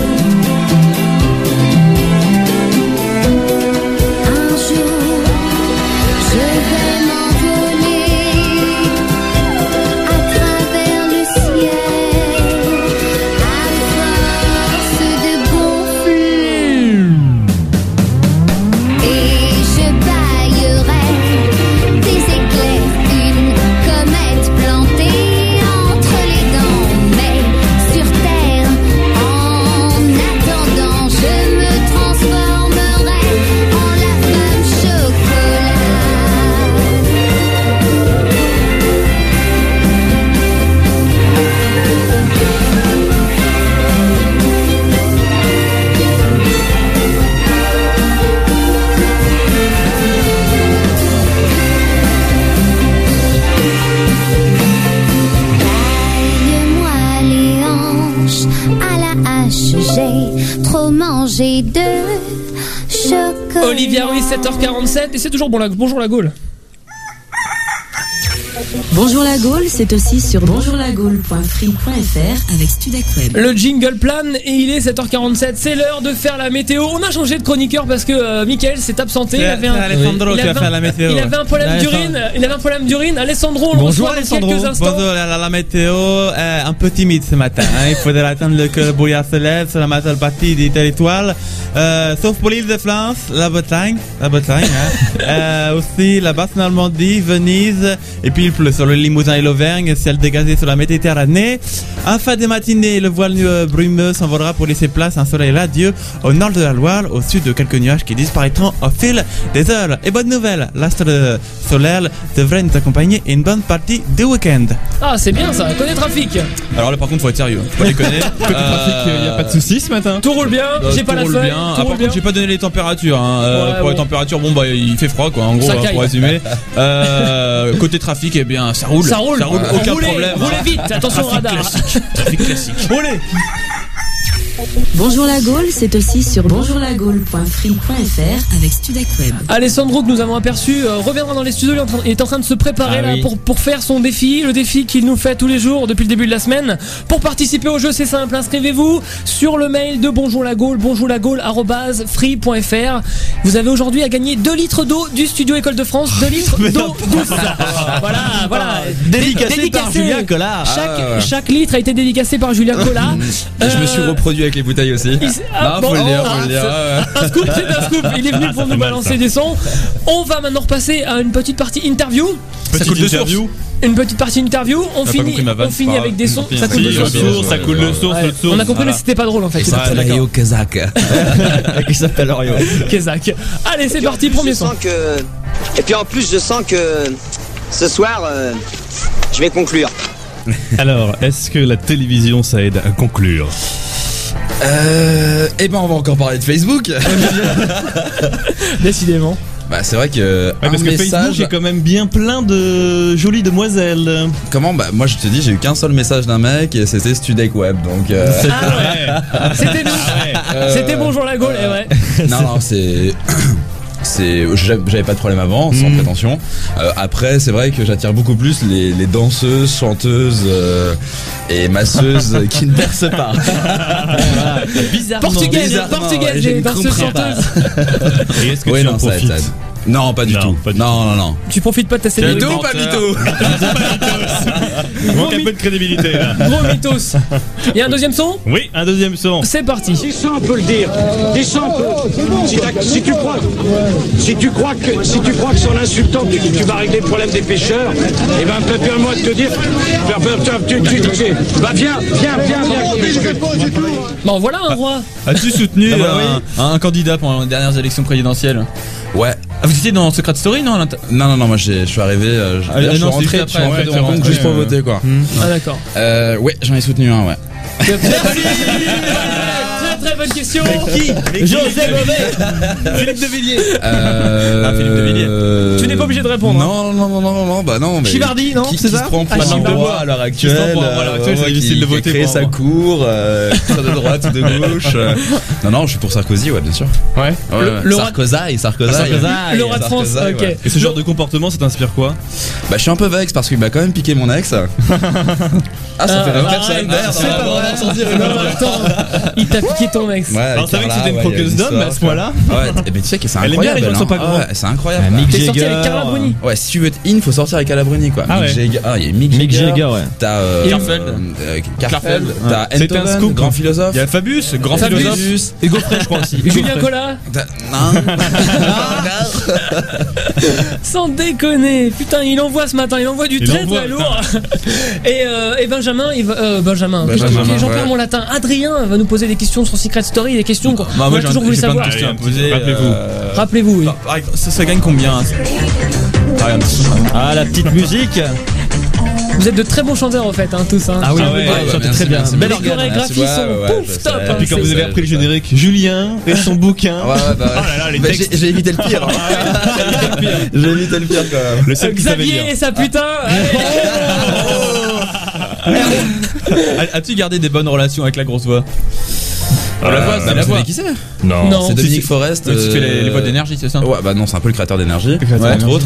Speaker 9: la hache, j'ai trop mangé de chocolat.
Speaker 1: Olivia Ruiz, 7h47, et c'est toujours bon, la- bonjour la Gaule.
Speaker 14: Bonjour la Gaule, c'est aussi sur bonjourlagaule.free.fr avec Studacweb.
Speaker 1: Le jingle plane et il est 7h47, c'est l'heure de faire la météo. On a changé de chroniqueur parce que euh, Mickaël s'est absenté. Il
Speaker 4: C'est-
Speaker 1: avait un,
Speaker 4: c'est Alessandro qui
Speaker 1: il
Speaker 4: va
Speaker 1: avait un-
Speaker 4: faire la météo,
Speaker 1: Il
Speaker 4: ouais.
Speaker 1: avait un problème
Speaker 4: Alessandro.
Speaker 1: d'urine. Il avait un problème d'urine. Alessandro, on le
Speaker 4: Bonjour
Speaker 1: reçoit dans
Speaker 4: Alessandro,
Speaker 1: quelques instants.
Speaker 4: Bonjour, la, la- la météo est un peu timide ce matin. hein. Il faudra attendre que le brouillard se lève sur la majeure partie du territoire, Euh, sauf pour l'île de France, la Bretagne, la Bretagne, hein. Euh, aussi la basse Normandie, Venise, et puis il pleut sur le Limousin et l'Auvergne, ciel dégagé sur la Méditerranée. En fin de matinée, le voile euh, brumeux s'envolera pour laisser place à un soleil radieux au nord de la Loire, au sud de quelques nuages qui disparaîtront au fil des heures. Et bonne nouvelle, l'astre euh, solaire devrait nous accompagner une bonne partie du week-end.
Speaker 1: Ah, c'est bien ça, connaît trafic.
Speaker 4: Alors là, par contre, faut être sérieux. Faut pas déconner. Côté trafic,
Speaker 3: il y a pas de soucis ce matin.
Speaker 1: Tout roule bien, j'ai pas la
Speaker 4: roule
Speaker 1: feuille.
Speaker 4: bien. Ah,
Speaker 1: Tout
Speaker 4: par
Speaker 1: roule bien.
Speaker 4: contre, j'ai pas donné les températures. hein. Euh,
Speaker 1: Ouais,
Speaker 4: pour les
Speaker 1: bon.
Speaker 4: températures, bon bah il fait froid quoi. En gros,
Speaker 1: Ça
Speaker 4: hein,
Speaker 1: caille.
Speaker 4: pour résumer. Euh, côté trafic, eh bien ça roule.
Speaker 1: Ça roule,
Speaker 4: aucun
Speaker 1: roulez,
Speaker 4: problème.
Speaker 1: roulez vite, attention au
Speaker 4: Trafic
Speaker 1: radar.
Speaker 4: Trafic classique. Roulez.
Speaker 14: Bonjour la Gaule, c'est aussi sur bonjourlagaule.free.fr avec Studacweb.
Speaker 1: Alessandro que nous avons aperçu euh, reviendra dans les studios, il est en train, il est en train de se préparer
Speaker 14: Ah
Speaker 1: là
Speaker 14: oui.
Speaker 1: pour, pour faire son défi, le défi qu'il nous fait tous les jours depuis le début de la semaine. Pour participer au jeu, c'est simple, inscrivez-vous sur le mail de bonjour la Gaule, bonjour la Gaule, arobase free.fr. Vous avez aujourd'hui à gagner 2 litres d'eau du studio École de France, 2 litres d'eau douce. voilà, voilà.
Speaker 5: Dédicacé par
Speaker 1: Dédicacé.
Speaker 5: Julien Collard.
Speaker 1: Chaque,
Speaker 6: Ah ouais.
Speaker 1: chaque litre a été dédicacé par Julien Collat.
Speaker 6: Et je me suis reproduit avec les bouteilles aussi.
Speaker 1: Euh, Il s- ah,
Speaker 6: Non,
Speaker 1: bon,
Speaker 6: faut le dire,
Speaker 1: ah,
Speaker 6: faut le dire.
Speaker 1: c'est-
Speaker 6: ouais. Ah,
Speaker 1: Un scoop, c'est un scoop. Il est venu pour nous
Speaker 6: mal,
Speaker 1: balancer
Speaker 6: ça.
Speaker 1: des sons. On va maintenant repasser à une petite partie interview.
Speaker 3: Petite
Speaker 1: coule de
Speaker 3: interview.
Speaker 1: source. Une petite partie interview. On
Speaker 3: pas
Speaker 1: finit,
Speaker 3: compris ma vanne,
Speaker 1: on
Speaker 3: c'est
Speaker 1: finit
Speaker 7: Ah,
Speaker 3: pas
Speaker 1: avec des
Speaker 3: grave.
Speaker 1: sons.
Speaker 3: On finit
Speaker 1: Ça
Speaker 3: avec
Speaker 1: coule de
Speaker 3: des
Speaker 1: source.
Speaker 3: sources, ça coule de source, l'autre source,
Speaker 1: On a compris,
Speaker 3: voilà.
Speaker 1: mais c'était pas drôle en fait. c'est ça.
Speaker 5: Kazak. Qui s'appelle Orio.
Speaker 1: Kézak. Allez, c'est parti, premier son.
Speaker 22: que- Et puis en plus, je sens que ce soir, euh, je vais conclure.
Speaker 3: Alors, est-ce que la télévision ça aide à conclure
Speaker 6: Euh, eh ben, on va encore parler de Facebook.
Speaker 1: Décidément.
Speaker 6: Bah, c'est vrai que.
Speaker 3: Ouais,
Speaker 6: un
Speaker 3: parce que
Speaker 6: message...
Speaker 3: Facebook est quand même bien plein de jolies demoiselles.
Speaker 6: Comment Bah, moi, je te dis, j'ai eu qu'un seul message d'un mec et c'était Studec Web. Donc. euh,
Speaker 1: Ah C'était nous.
Speaker 6: Euh,
Speaker 1: C'était bonjour la Gaule, eh ouais.
Speaker 6: non, non, c'est. C'est, j'avais j'avais pas de problème avant,
Speaker 4: Mhm.
Speaker 6: sans prétention. Euh, après, c'est vrai que j'attire beaucoup plus les, les danseuses, chanteuses euh, et masseuses qui ne percent pas.
Speaker 5: Bizarrement.
Speaker 1: Portugaise,
Speaker 6: Bizarrement,
Speaker 1: portugaise,
Speaker 6: je ne
Speaker 1: les danseuses
Speaker 6: comprends pas.
Speaker 1: chanteuses.
Speaker 3: Et est-ce que
Speaker 6: Oui,
Speaker 3: tu
Speaker 6: non,
Speaker 3: en
Speaker 6: ça aide,
Speaker 3: profites
Speaker 6: ça aide. Non, pas du tout. non, non, non.
Speaker 1: Tu profites pas de ta
Speaker 6: Quel
Speaker 1: célébrité.
Speaker 6: menteur. Plutôt.
Speaker 3: Il manque un peu de crédibilité là.
Speaker 1: Gros mythos. Il y a un deuxième son
Speaker 3: Oui, un deuxième son.
Speaker 1: C'est parti.
Speaker 23: Descends, on peut le dire. Descends. Si, t'as- si tu crois, si tu crois que, si tu crois que c'est en insultant que tu, tu vas régler le problème des pêcheurs, eh ben, permets-moi de te dire, per- per- per- tu, tu, tu- tu- bah viens, viens, viens, viens.
Speaker 1: Bon, voilà un roi.
Speaker 4: As-tu soutenu
Speaker 1: Ah bah
Speaker 4: un, un candidat pendant les dernières élections présidentielles
Speaker 6: Ouais.
Speaker 4: Ah, vous étiez dans Secret Story, non
Speaker 6: Non, non, non, moi j'ai- je suis arrivé. euh, je-
Speaker 4: Ah,
Speaker 6: je suis
Speaker 4: non, c'est
Speaker 6: rentré,
Speaker 4: juste
Speaker 6: je suis
Speaker 4: après,
Speaker 6: rentré
Speaker 4: ouais,
Speaker 6: de
Speaker 4: t'es
Speaker 6: Hong Kong
Speaker 4: rentré,
Speaker 6: juste pour
Speaker 4: euh,
Speaker 6: voter quoi.
Speaker 1: Ah, d'accord.
Speaker 6: Euh, ouais, j'en ai soutenu un, ouais.
Speaker 1: Très très bonne question.
Speaker 5: José Mauvais.
Speaker 4: Philippe de Villiers.
Speaker 6: Euh,
Speaker 1: Ah, Tu n'es pas obligé de répondre, hein.
Speaker 6: Non, non, non, non, non, non, bah non. Mais
Speaker 5: Chivardi, non,
Speaker 6: Qui,
Speaker 5: c'est
Speaker 6: qui
Speaker 5: ça
Speaker 6: se prend pour
Speaker 5: Ah,
Speaker 6: un
Speaker 5: Chivardi.
Speaker 6: droit à l'heure
Speaker 5: Qui se prend
Speaker 6: actuelle
Speaker 5: pour un droit à l'heure
Speaker 6: euh,
Speaker 5: actuelle, c'est
Speaker 6: ouais,
Speaker 5: difficile
Speaker 6: qui-
Speaker 5: de
Speaker 6: qui a
Speaker 5: voter
Speaker 6: créé
Speaker 5: pour un
Speaker 6: sa
Speaker 5: droit.
Speaker 6: cour, euh, tout de droite, tout de gauche. euh. Non, non, je suis pour Sarkozy, ouais, bien sûr.
Speaker 3: Ouais.
Speaker 1: Le- le rat-
Speaker 6: Sarkozy, Sarkozy.
Speaker 1: Le rat de France,
Speaker 6: Sarkozy,
Speaker 1: ok.
Speaker 6: ouais.
Speaker 3: Et ce genre de comportement, ça t'inspire quoi
Speaker 6: Bah, je suis un peu vex parce qu'il m'a quand même piqué mon ex. Ah, ça fait 24 ça, merde, on va- on va en sortir une autre.
Speaker 1: Il t'a piqué ton ex.
Speaker 6: Ouais, avec
Speaker 1: on savait que
Speaker 6: Carla,
Speaker 1: c'était une
Speaker 6: ouais, il y a
Speaker 1: croqueuse
Speaker 6: eu
Speaker 1: d'homme,
Speaker 6: ça,
Speaker 1: mais à ce
Speaker 6: quoi.
Speaker 1: point-là.
Speaker 6: Ouais, et mais tu sais que c'est
Speaker 1: Elle aime bien
Speaker 6: incroyable.
Speaker 1: les gens qui
Speaker 6: hein.
Speaker 1: sont pas
Speaker 6: Ah ouais,
Speaker 1: grands.
Speaker 6: C'est incroyable.
Speaker 1: Ah, Mick T'es sorti Jagger. avec Carla Bruni.
Speaker 6: Ouais, si tu veux être in, faut sortir avec Carla Bruni quoi.
Speaker 3: Ah
Speaker 6: Mick
Speaker 3: ouais.
Speaker 6: Jagger- Ah, il y a Mick Jagger.
Speaker 3: Mick Jagger, ouais.
Speaker 6: T'as. euh,
Speaker 3: Carfeld.
Speaker 6: euh, Carfeld.
Speaker 3: Carfeld.
Speaker 6: T'as
Speaker 3: Ouais. C'était un
Speaker 6: Enthoven,
Speaker 3: scoop.
Speaker 6: grand philosophe.
Speaker 3: Il y a Fabius, grand
Speaker 6: Fabius.
Speaker 3: philosophe. Et Gaufret, je crois aussi.
Speaker 1: Julien Collat
Speaker 6: T'as-
Speaker 23: Hein
Speaker 6: Non.
Speaker 1: Sans déconner, putain, il envoie ce matin, il envoie du
Speaker 3: Il
Speaker 1: très
Speaker 3: envoie,
Speaker 1: très lourd. Et, euh, et Benjamin, il va- euh, Benjamin, qu'est-ce que je
Speaker 4: Benjamin,
Speaker 1: dis j'en perds
Speaker 4: ouais.
Speaker 1: mon latin. Adrien va nous poser des questions sur Secret Story, des questions qu'on
Speaker 4: Bah,
Speaker 1: on
Speaker 4: moi,
Speaker 1: a
Speaker 4: j'ai
Speaker 1: toujours
Speaker 4: un-
Speaker 1: voulu
Speaker 4: j'ai plein de
Speaker 1: savoir.
Speaker 4: questions à poser.
Speaker 3: Rappelez-vous.
Speaker 4: euh,
Speaker 1: Rappelez-vous, oui.
Speaker 4: par exemple, Ça, ça gagne combien hein Ah, regarde.
Speaker 5: Ah, la petite musique.
Speaker 1: Vous êtes de très bons chanteurs en fait, hein, tous. Hein.
Speaker 5: Ah oui, Ah ouais, ouais, ouais, chantez
Speaker 6: merci,
Speaker 5: très bien.
Speaker 6: merci.
Speaker 5: Bel
Speaker 6: Les
Speaker 5: organe.
Speaker 1: chorégraphies
Speaker 6: Merci, ouais,
Speaker 1: sont
Speaker 6: ouais, ouais,
Speaker 1: pouf,
Speaker 6: je
Speaker 1: top,
Speaker 6: sais,
Speaker 1: hein,
Speaker 6: je
Speaker 1: c'est-
Speaker 6: sais,
Speaker 3: Vous avez
Speaker 6: je
Speaker 3: repris le
Speaker 6: sais.
Speaker 3: générique. Julien et son bouquin.
Speaker 6: Ouais, ouais, bah ouais.
Speaker 3: Oh là là, les
Speaker 6: Bah,
Speaker 3: textes.
Speaker 6: j'ai- J'ai évité le pire. hein. J'ai évité le pire quand même.
Speaker 3: Le seul qui savait
Speaker 1: Xavier
Speaker 3: lire.
Speaker 1: et sa putain. allez.
Speaker 4: A- As-tu gardé des bonnes relations avec la grosse voix
Speaker 6: Ah, bah,
Speaker 4: La voix, c'est la voix.
Speaker 6: c'est
Speaker 4: Si, si.
Speaker 6: Dominique Forest.
Speaker 4: Oui, Tu fais les,
Speaker 6: euh,
Speaker 4: les voix d'énergie, c'est ça
Speaker 6: Ouais, bah non, c'est un peu le créateur d'énergie,
Speaker 4: créateur
Speaker 6: entre
Speaker 4: d'énergie.
Speaker 6: autres.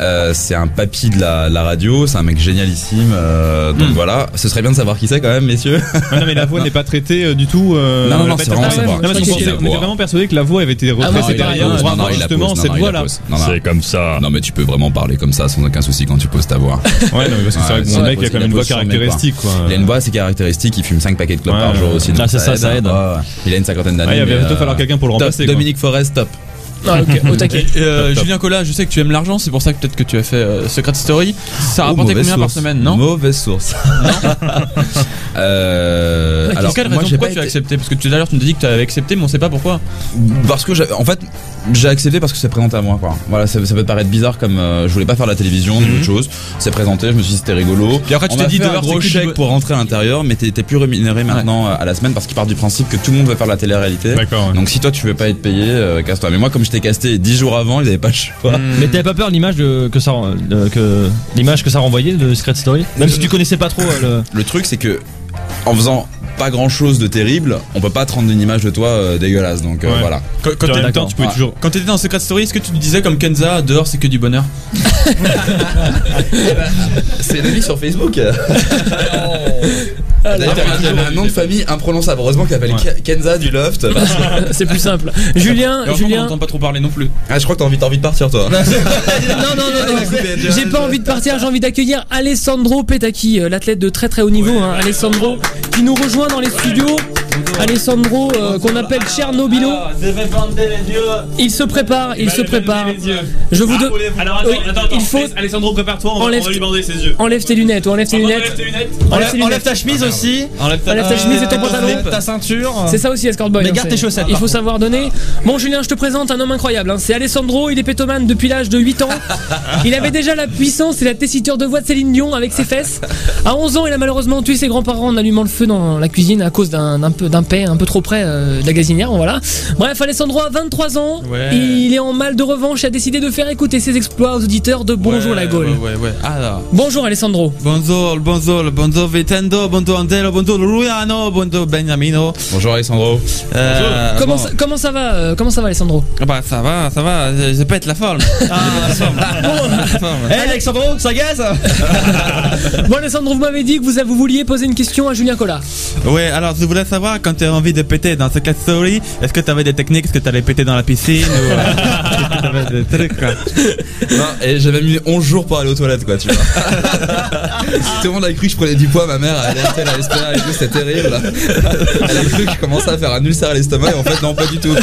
Speaker 6: Euh, c'est un papy de la, la radio, c'est un mec génialissime. euh, donc voilà, ce serait bien de savoir qui c'est quand même, messieurs.
Speaker 3: Hmm. Ah Non, mais la voix n'est pas traitée euh, du tout. euh,
Speaker 6: Non, non,
Speaker 3: la
Speaker 6: non,
Speaker 3: bête
Speaker 6: c'est vraiment
Speaker 3: à
Speaker 6: sa voix.
Speaker 3: Non, parce
Speaker 6: Je
Speaker 3: qu'on
Speaker 6: pense que
Speaker 3: pensait-
Speaker 6: c'est
Speaker 3: on
Speaker 6: la
Speaker 3: était
Speaker 6: voix.
Speaker 3: vraiment persuadé que la voix avait été
Speaker 6: Ah non,
Speaker 3: retracée
Speaker 6: il la
Speaker 3: derrière.
Speaker 6: pose, non,
Speaker 3: Bravo,
Speaker 6: non, il la
Speaker 3: justement,
Speaker 6: pose, non,
Speaker 3: cette
Speaker 6: non, il la
Speaker 3: voix-là.
Speaker 6: pose. Non, non. Non, mais tu peux vraiment parler comme ça sans aucun souci quand tu poses ta voix.
Speaker 3: Ouais, non, mais parce que c'est vrai que
Speaker 6: si
Speaker 3: mon
Speaker 6: la
Speaker 3: mec, il a
Speaker 6: pose-
Speaker 3: quand
Speaker 6: la
Speaker 3: même
Speaker 6: pose
Speaker 3: une voix
Speaker 6: sur le mec,
Speaker 3: caractéristique,
Speaker 6: quoi.
Speaker 3: quoi.
Speaker 6: Il a une voix assez caractéristique, il fume 5 paquets de clopes
Speaker 3: Ouais,
Speaker 6: par jour
Speaker 3: ouais.
Speaker 6: aussi. donc
Speaker 3: Ah, c'est ça, ça aide.
Speaker 6: Ouais, ouais. Il a une cinquantaine d'années.
Speaker 3: Ah, il va
Speaker 6: mais,
Speaker 3: bientôt
Speaker 6: euh,
Speaker 3: falloir quelqu'un pour le
Speaker 6: top.
Speaker 3: remplacer, quoi.
Speaker 6: Dominique Forest, top.
Speaker 1: Ah, ok, au taquet.
Speaker 4: Et, euh,
Speaker 6: Top, top.
Speaker 4: Julien Collat, je sais que tu aimes l'argent, c'est pour ça que peut-être que tu as fait euh, Secret Story. Ça a
Speaker 6: Oh,
Speaker 4: rapporté
Speaker 6: mauvaise
Speaker 4: combien par
Speaker 6: source.
Speaker 4: semaine, non
Speaker 6: Mauvaise source. Euh,
Speaker 4: Ouais,
Speaker 6: alors,
Speaker 4: quelle
Speaker 6: moi,
Speaker 4: raison
Speaker 6: j'ai
Speaker 4: pourquoi
Speaker 6: pas
Speaker 4: tu as
Speaker 6: été-
Speaker 4: accepté Parce que tout à l'heure tu nous dis que tu avais accepté, mais on sait pas pourquoi.
Speaker 6: parce que j'ai- en fait j'ai accepté parce que c'est présenté à moi quoi. Voilà ça, ça peut te paraître bizarre comme euh, je voulais pas faire de la télévision ni autre chose c'est présenté je me suis dit c'était rigolo
Speaker 4: Mhm. Puis après, tu
Speaker 6: On
Speaker 4: t'es
Speaker 6: m'a
Speaker 4: dit,
Speaker 6: fait un
Speaker 4: dehors, c'est
Speaker 6: gros
Speaker 4: que du
Speaker 6: chèque
Speaker 4: bo-
Speaker 6: pour rentrer à l'intérieur mais t'es t'es plus rémunéré maintenant euh, à la semaine parce qu'il part du principe que tout le monde veut faire de la télé-réalité donc si toi tu veux pas être payé euh, casse-toi mais moi comme je t'ai casté 10 jours avant ils avaient pas le choix
Speaker 4: Mhm.
Speaker 8: Mais t'avais pas peur de l'image de- que ça ren- de- que l'image que ça renvoyait de Secret Story Même si tu connaissais pas trop euh,
Speaker 6: le truc c'est que en faisant pas grand chose de terrible on peut pas te rendre une image de toi euh, dégueulasse donc euh,
Speaker 4: Ouais.
Speaker 6: voilà
Speaker 4: Quand, quand t'es- Ouais. Quand t'étais dans Secret Story, est-ce que tu te disais comme Kenza, dehors c'est que du bonheur
Speaker 6: C'est une amie sur Facebook. Ah, Elle a un, un nom de famille imprononçable. Heureusement qu'elle s'appelle Ke- Kenza du Loft.
Speaker 1: C'est plus simple. Julien,
Speaker 6: Et en ce moment,
Speaker 1: Julien.
Speaker 6: on entend
Speaker 4: pas trop parler non plus.
Speaker 6: Ah, je crois que t'as envie, t'as envie de partir, toi.
Speaker 1: non, non, non, non. J'ai pas envie de partir, j'ai envie d'accueillir Alessandro Petacchi, euh, l'athlète de très très haut niveau, hein, Alessandro, qui nous rejoint dans les studios. Alessandro, euh, qu'on appelle Chernobilo. Il se prépare, il se prépare. Je Ah, vous donne.
Speaker 24: Alors attends,
Speaker 1: Oui,
Speaker 24: attends, attends.
Speaker 1: il faut-
Speaker 24: Alessandro, prépare-toi, on, va-
Speaker 1: Enlève-
Speaker 24: on va lui bander ses yeux.
Speaker 1: Enlève tes lunettes, Ah, enlève tes
Speaker 24: Enlève
Speaker 1: lunettes.
Speaker 24: tes lunettes.
Speaker 1: Enlève tes lunettes.
Speaker 5: Ah,
Speaker 24: Enlève ta,
Speaker 1: Enlève ta chemise et ton pantalon.
Speaker 5: euh, ta ceinture.
Speaker 1: C'est ça aussi, escort boy.
Speaker 5: Mais
Speaker 1: hein,
Speaker 5: garde
Speaker 1: c'est-
Speaker 5: tes chaussettes,
Speaker 1: Il
Speaker 5: par
Speaker 1: faut savoir donner. Bon, Julien, je te présente un homme incroyable. hein. C'est Alessandro. Il est pétomane depuis l'âge de 8 ans. Il avait déjà la puissance et la tessiture de voix de Céline Dion avec ses fesses. À 11 ans, il a malheureusement tué ses grands-parents en allumant le feu dans la cuisine à cause d'un d'un peu d'un paix un peu trop près euh, de la gazinière. Voilà. Bref, Alessandro a 23 ans.
Speaker 4: Ouais.
Speaker 1: Il est en mal de revanche et a décidé de faire écouter ses exploits aux auditeurs de Bonjour
Speaker 4: Ouais,
Speaker 1: la Gaule.
Speaker 4: Ouais, ouais, ouais. Ah, Alors.
Speaker 1: Bonjour Alessandro.
Speaker 4: Bonjour, bonjour, bonjour Vitendo, bonjour Andelo, bonjour Luiano, bonjour Benjamino.
Speaker 6: Bonjour Alessandro.
Speaker 4: Euh,
Speaker 1: comment,
Speaker 4: bon.
Speaker 1: ça, comment ça va euh, Comment ça va Alessandro
Speaker 4: Ah Bah ça va, ça va, je, je pète la forme. Ah, la forme. La forme.
Speaker 5: Eh Alexandro, ça gaze
Speaker 1: Bon Alessandro, vous m'avez dit que vous, vous vouliez poser une question à Julien Collat.
Speaker 4: Ouais, alors je voulais savoir quand tu as envie de péter dans Secret Story, est-ce que t'avais des techniques, est-ce que t'allais péter dans la piscine ou euh, est-ce que t'avais des trucs quoi
Speaker 6: Non, et j'avais mis 11 jours pour aller aux toilettes, quoi, tu vois. Tout le monde a cru que je prenais du poids, ma mère, elle a elle à l'estomac et tout, c'était terrible. Elle a cru que je commençais à faire un ulcère à l'estomac, et en fait, non, pas du tout, quoi.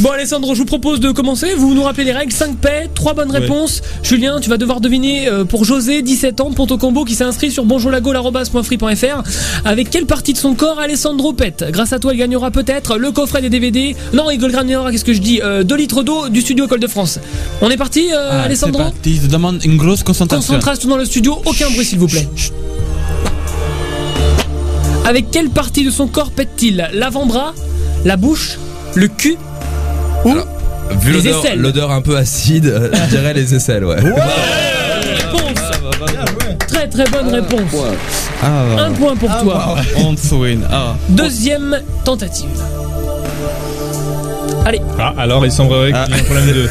Speaker 1: Bon Alessandro, je vous propose de commencer. Vous nous rappelez les règles 5 paix, 3 bonnes
Speaker 6: Ouais.
Speaker 1: réponses. Julien, tu vas devoir deviner euh, pour José, 17 ans, Ponto Combo, qui s'est inscrit sur bonjourlago.free.fr. Avec quelle partie de son corps Alessandro pète Grâce à toi, il gagnera peut-être le coffret des DVD. Non, il gagnera, qu'est-ce que je dis 2 litres d'eau du studio École de France. On est parti, euh,
Speaker 4: Ah,
Speaker 1: Alessandro
Speaker 4: c'est parti, je demande une grosse concentration.
Speaker 1: Concentration dans le studio, aucun bruit s'il vous plaît. Avec quelle partie de son corps pète-t-il L'avant-bras, la bouche, le cul ou
Speaker 6: Vu
Speaker 1: les
Speaker 6: l'odeur-
Speaker 1: aisselles
Speaker 6: l'odeur un peu acide, euh, je dirais les aisselles, ouais.
Speaker 1: Réponse. Très très bonne réponse.
Speaker 4: Ah, ouais.
Speaker 1: Un point pour toi.
Speaker 4: On te win. Ah.
Speaker 1: Deuxième tentative. Allez.
Speaker 3: Ah, alors il semblerait qu'il y ait un problème de.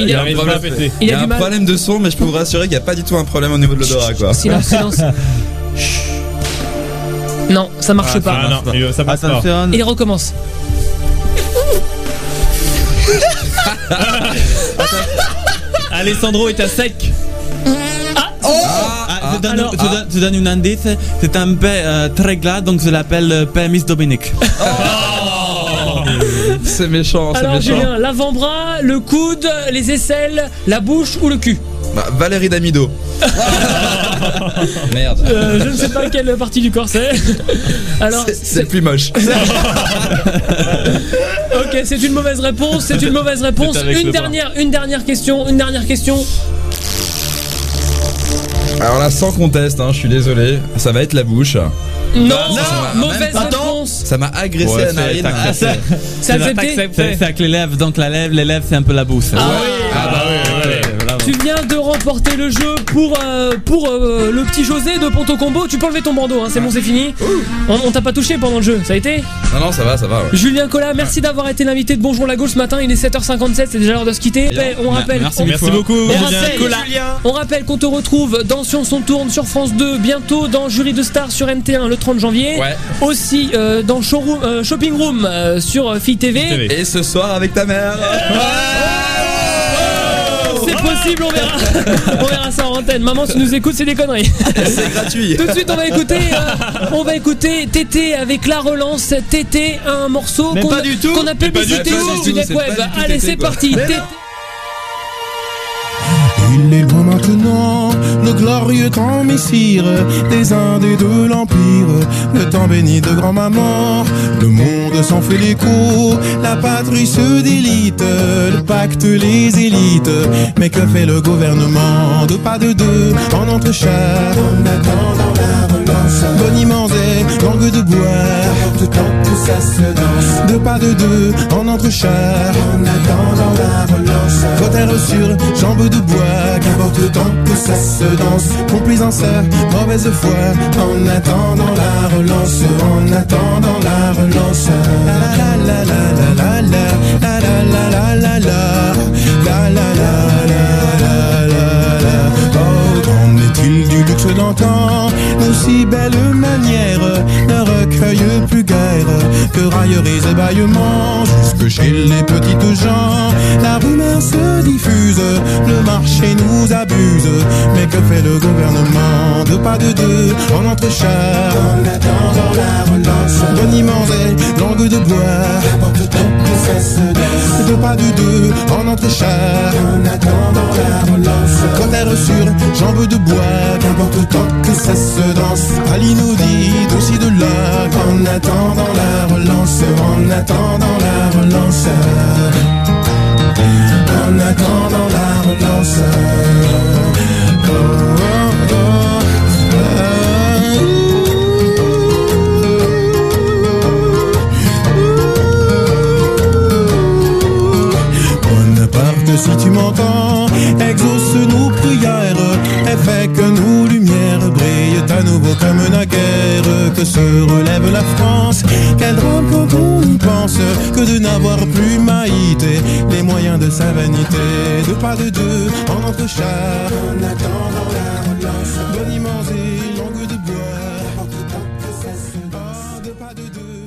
Speaker 1: Il
Speaker 3: Il
Speaker 1: a-
Speaker 3: arrive pas à péter.
Speaker 1: Il
Speaker 6: Il
Speaker 1: a
Speaker 6: y a
Speaker 1: du
Speaker 6: un
Speaker 1: mal.
Speaker 6: problème de son, mais je peux vous rassurer qu'il n'y a pas du tout un problème au niveau de l'odorat, quoi.
Speaker 1: Silence, silence. Non, ça marche
Speaker 6: Ah,
Speaker 1: pas.
Speaker 6: ah, non, il- ça marche pas. Attention.
Speaker 1: Il recommence.
Speaker 4: Alessandro est à sec.
Speaker 1: oh
Speaker 4: Ah, je, donne, je donne- je donne une indice, c'est un paix euh, très glas, donc je l'appelle euh, paix Miss Dominique.
Speaker 6: Oh! c'est méchant, c'est
Speaker 1: Alors
Speaker 6: méchant.
Speaker 1: Julien, l'avant-bras, le coude, les aisselles, la bouche ou le cul
Speaker 6: Bah, Valérie Damido. Merde.
Speaker 1: Euh, Je ne sais pas quelle partie du corps c'est. Alors,
Speaker 6: C'est- C'est le plus moche.
Speaker 1: ok, c'est une mauvaise réponse. C'est une mauvaise réponse.
Speaker 6: C'est avec
Speaker 1: Une
Speaker 6: le bras.
Speaker 1: dernière, une dernière question, une dernière question.
Speaker 6: Alors là, sans conteste, hein, je suis désolé. Ça va être la bouche.
Speaker 1: Non,
Speaker 6: ça m'a-
Speaker 1: mauvaise réponse.
Speaker 6: Ça m'a agressé
Speaker 4: Ouais,
Speaker 6: la
Speaker 4: c'est-
Speaker 6: narine.
Speaker 4: t'as-
Speaker 6: Ah,
Speaker 4: c'est-
Speaker 1: C'est accepté
Speaker 4: C'est c'est avec les lèvres, donc la lèvre, les lèvres c'est un peu la bouche. Ah,
Speaker 6: bah oui, ouais, ouais, ouais, bravo.
Speaker 1: Tu viens de remporter le jeu pour, euh, pour euh, le petit José de Ponto Combo. Tu peux enlever ton bandeau, hein, c'est bon, c'est fini. On, on t'a pas touché pendant le jeu, ça a été
Speaker 6: Non, non, ça va, ça va. ouais.
Speaker 1: Julien Collat, merci d'avoir été l'invité de Bonjour la Gauche ce matin. Il est 7h57, c'est déjà l'heure de se quitter. Et on rappelle,
Speaker 3: Merci
Speaker 1: on-
Speaker 3: mille Merci fois. beaucoup,
Speaker 1: on
Speaker 3: Julien
Speaker 1: rappelle-
Speaker 3: Collat.
Speaker 1: on rappelle qu'on te retrouve dans Sion son tourne sur France 2, bientôt dans Jury de Stars sur MT1 le 30 janvier.
Speaker 6: Ouais.
Speaker 1: Aussi euh, dans Showroom- euh, Shopping Room euh, sur euh, Fille TV.
Speaker 6: Et ce soir avec ta mère.
Speaker 1: C'est possible, on verra. on verra ça en antenne. Maman, tu nous écoutes, c'est des conneries.
Speaker 6: C'est gratuit.
Speaker 1: Tout de suite, on va écouter, euh, on va écouter TT avec la relance. TT, un morceau
Speaker 5: Mais
Speaker 1: qu'on
Speaker 5: pas du tout.
Speaker 1: qu'on appelle
Speaker 5: Mais pas du
Speaker 1: TT
Speaker 5: tout,
Speaker 1: du net
Speaker 5: c'est pas
Speaker 1: web.
Speaker 5: du tout
Speaker 1: Allez,
Speaker 5: TT,
Speaker 1: c'est
Speaker 5: quoi.
Speaker 1: parti.
Speaker 5: Mais
Speaker 1: TT.
Speaker 10: Il est loin maintenant, le glorieux grand messire des Indes et de l'Empire, le temps béni de grand-maman. Le monde s'en fait l'écho, la patrie se délite, le pacte les élites. Mais que fait le gouvernement Deux pas de deux en entrechar. En attendant la relance, boniment et langue de bois. Tout temps tout ça se danse, deux pas de deux en entrechar. En attendant la relance, Cotère sur jambes de bois. Qu'importe le temps tout ça se danse, complaisance, mauvaise foi. En attendant la relance, en attendant la relance. La la la la la la la la la la la la la la la la la Oh, qu'en est-il du luxe d'antan D'aussi belles manières ne recueille plus guère que railleries et bâillements jusque chez les petites gens. La rumeur se diffuse, le marché nous abuse. Mais que fait le gouvernement Deux pas de deux en entrechar. En attendant la relance, boniment et langue de bois. N'importe ça se danse. Deux pas de deux en entrechar. En attendant la relance, cotère sur jambes de bois. N'importe tant que ça se danse. À l'inodie, aussi de là. En attendant la relance, en attendant la relance. En attendant la relance. Oh, oh, oh, ah, Bonaparte, si tu m'entends, exauce nos prières, et fais que nos lumières brillent à nouveau comme naguère, que se relève la France. Quel drame quand on y pense que de n'avoir plus maïté les moyens de sa vanité. Deux pas de deux en entrechar, en attendant la relance, boniment et langue de bois.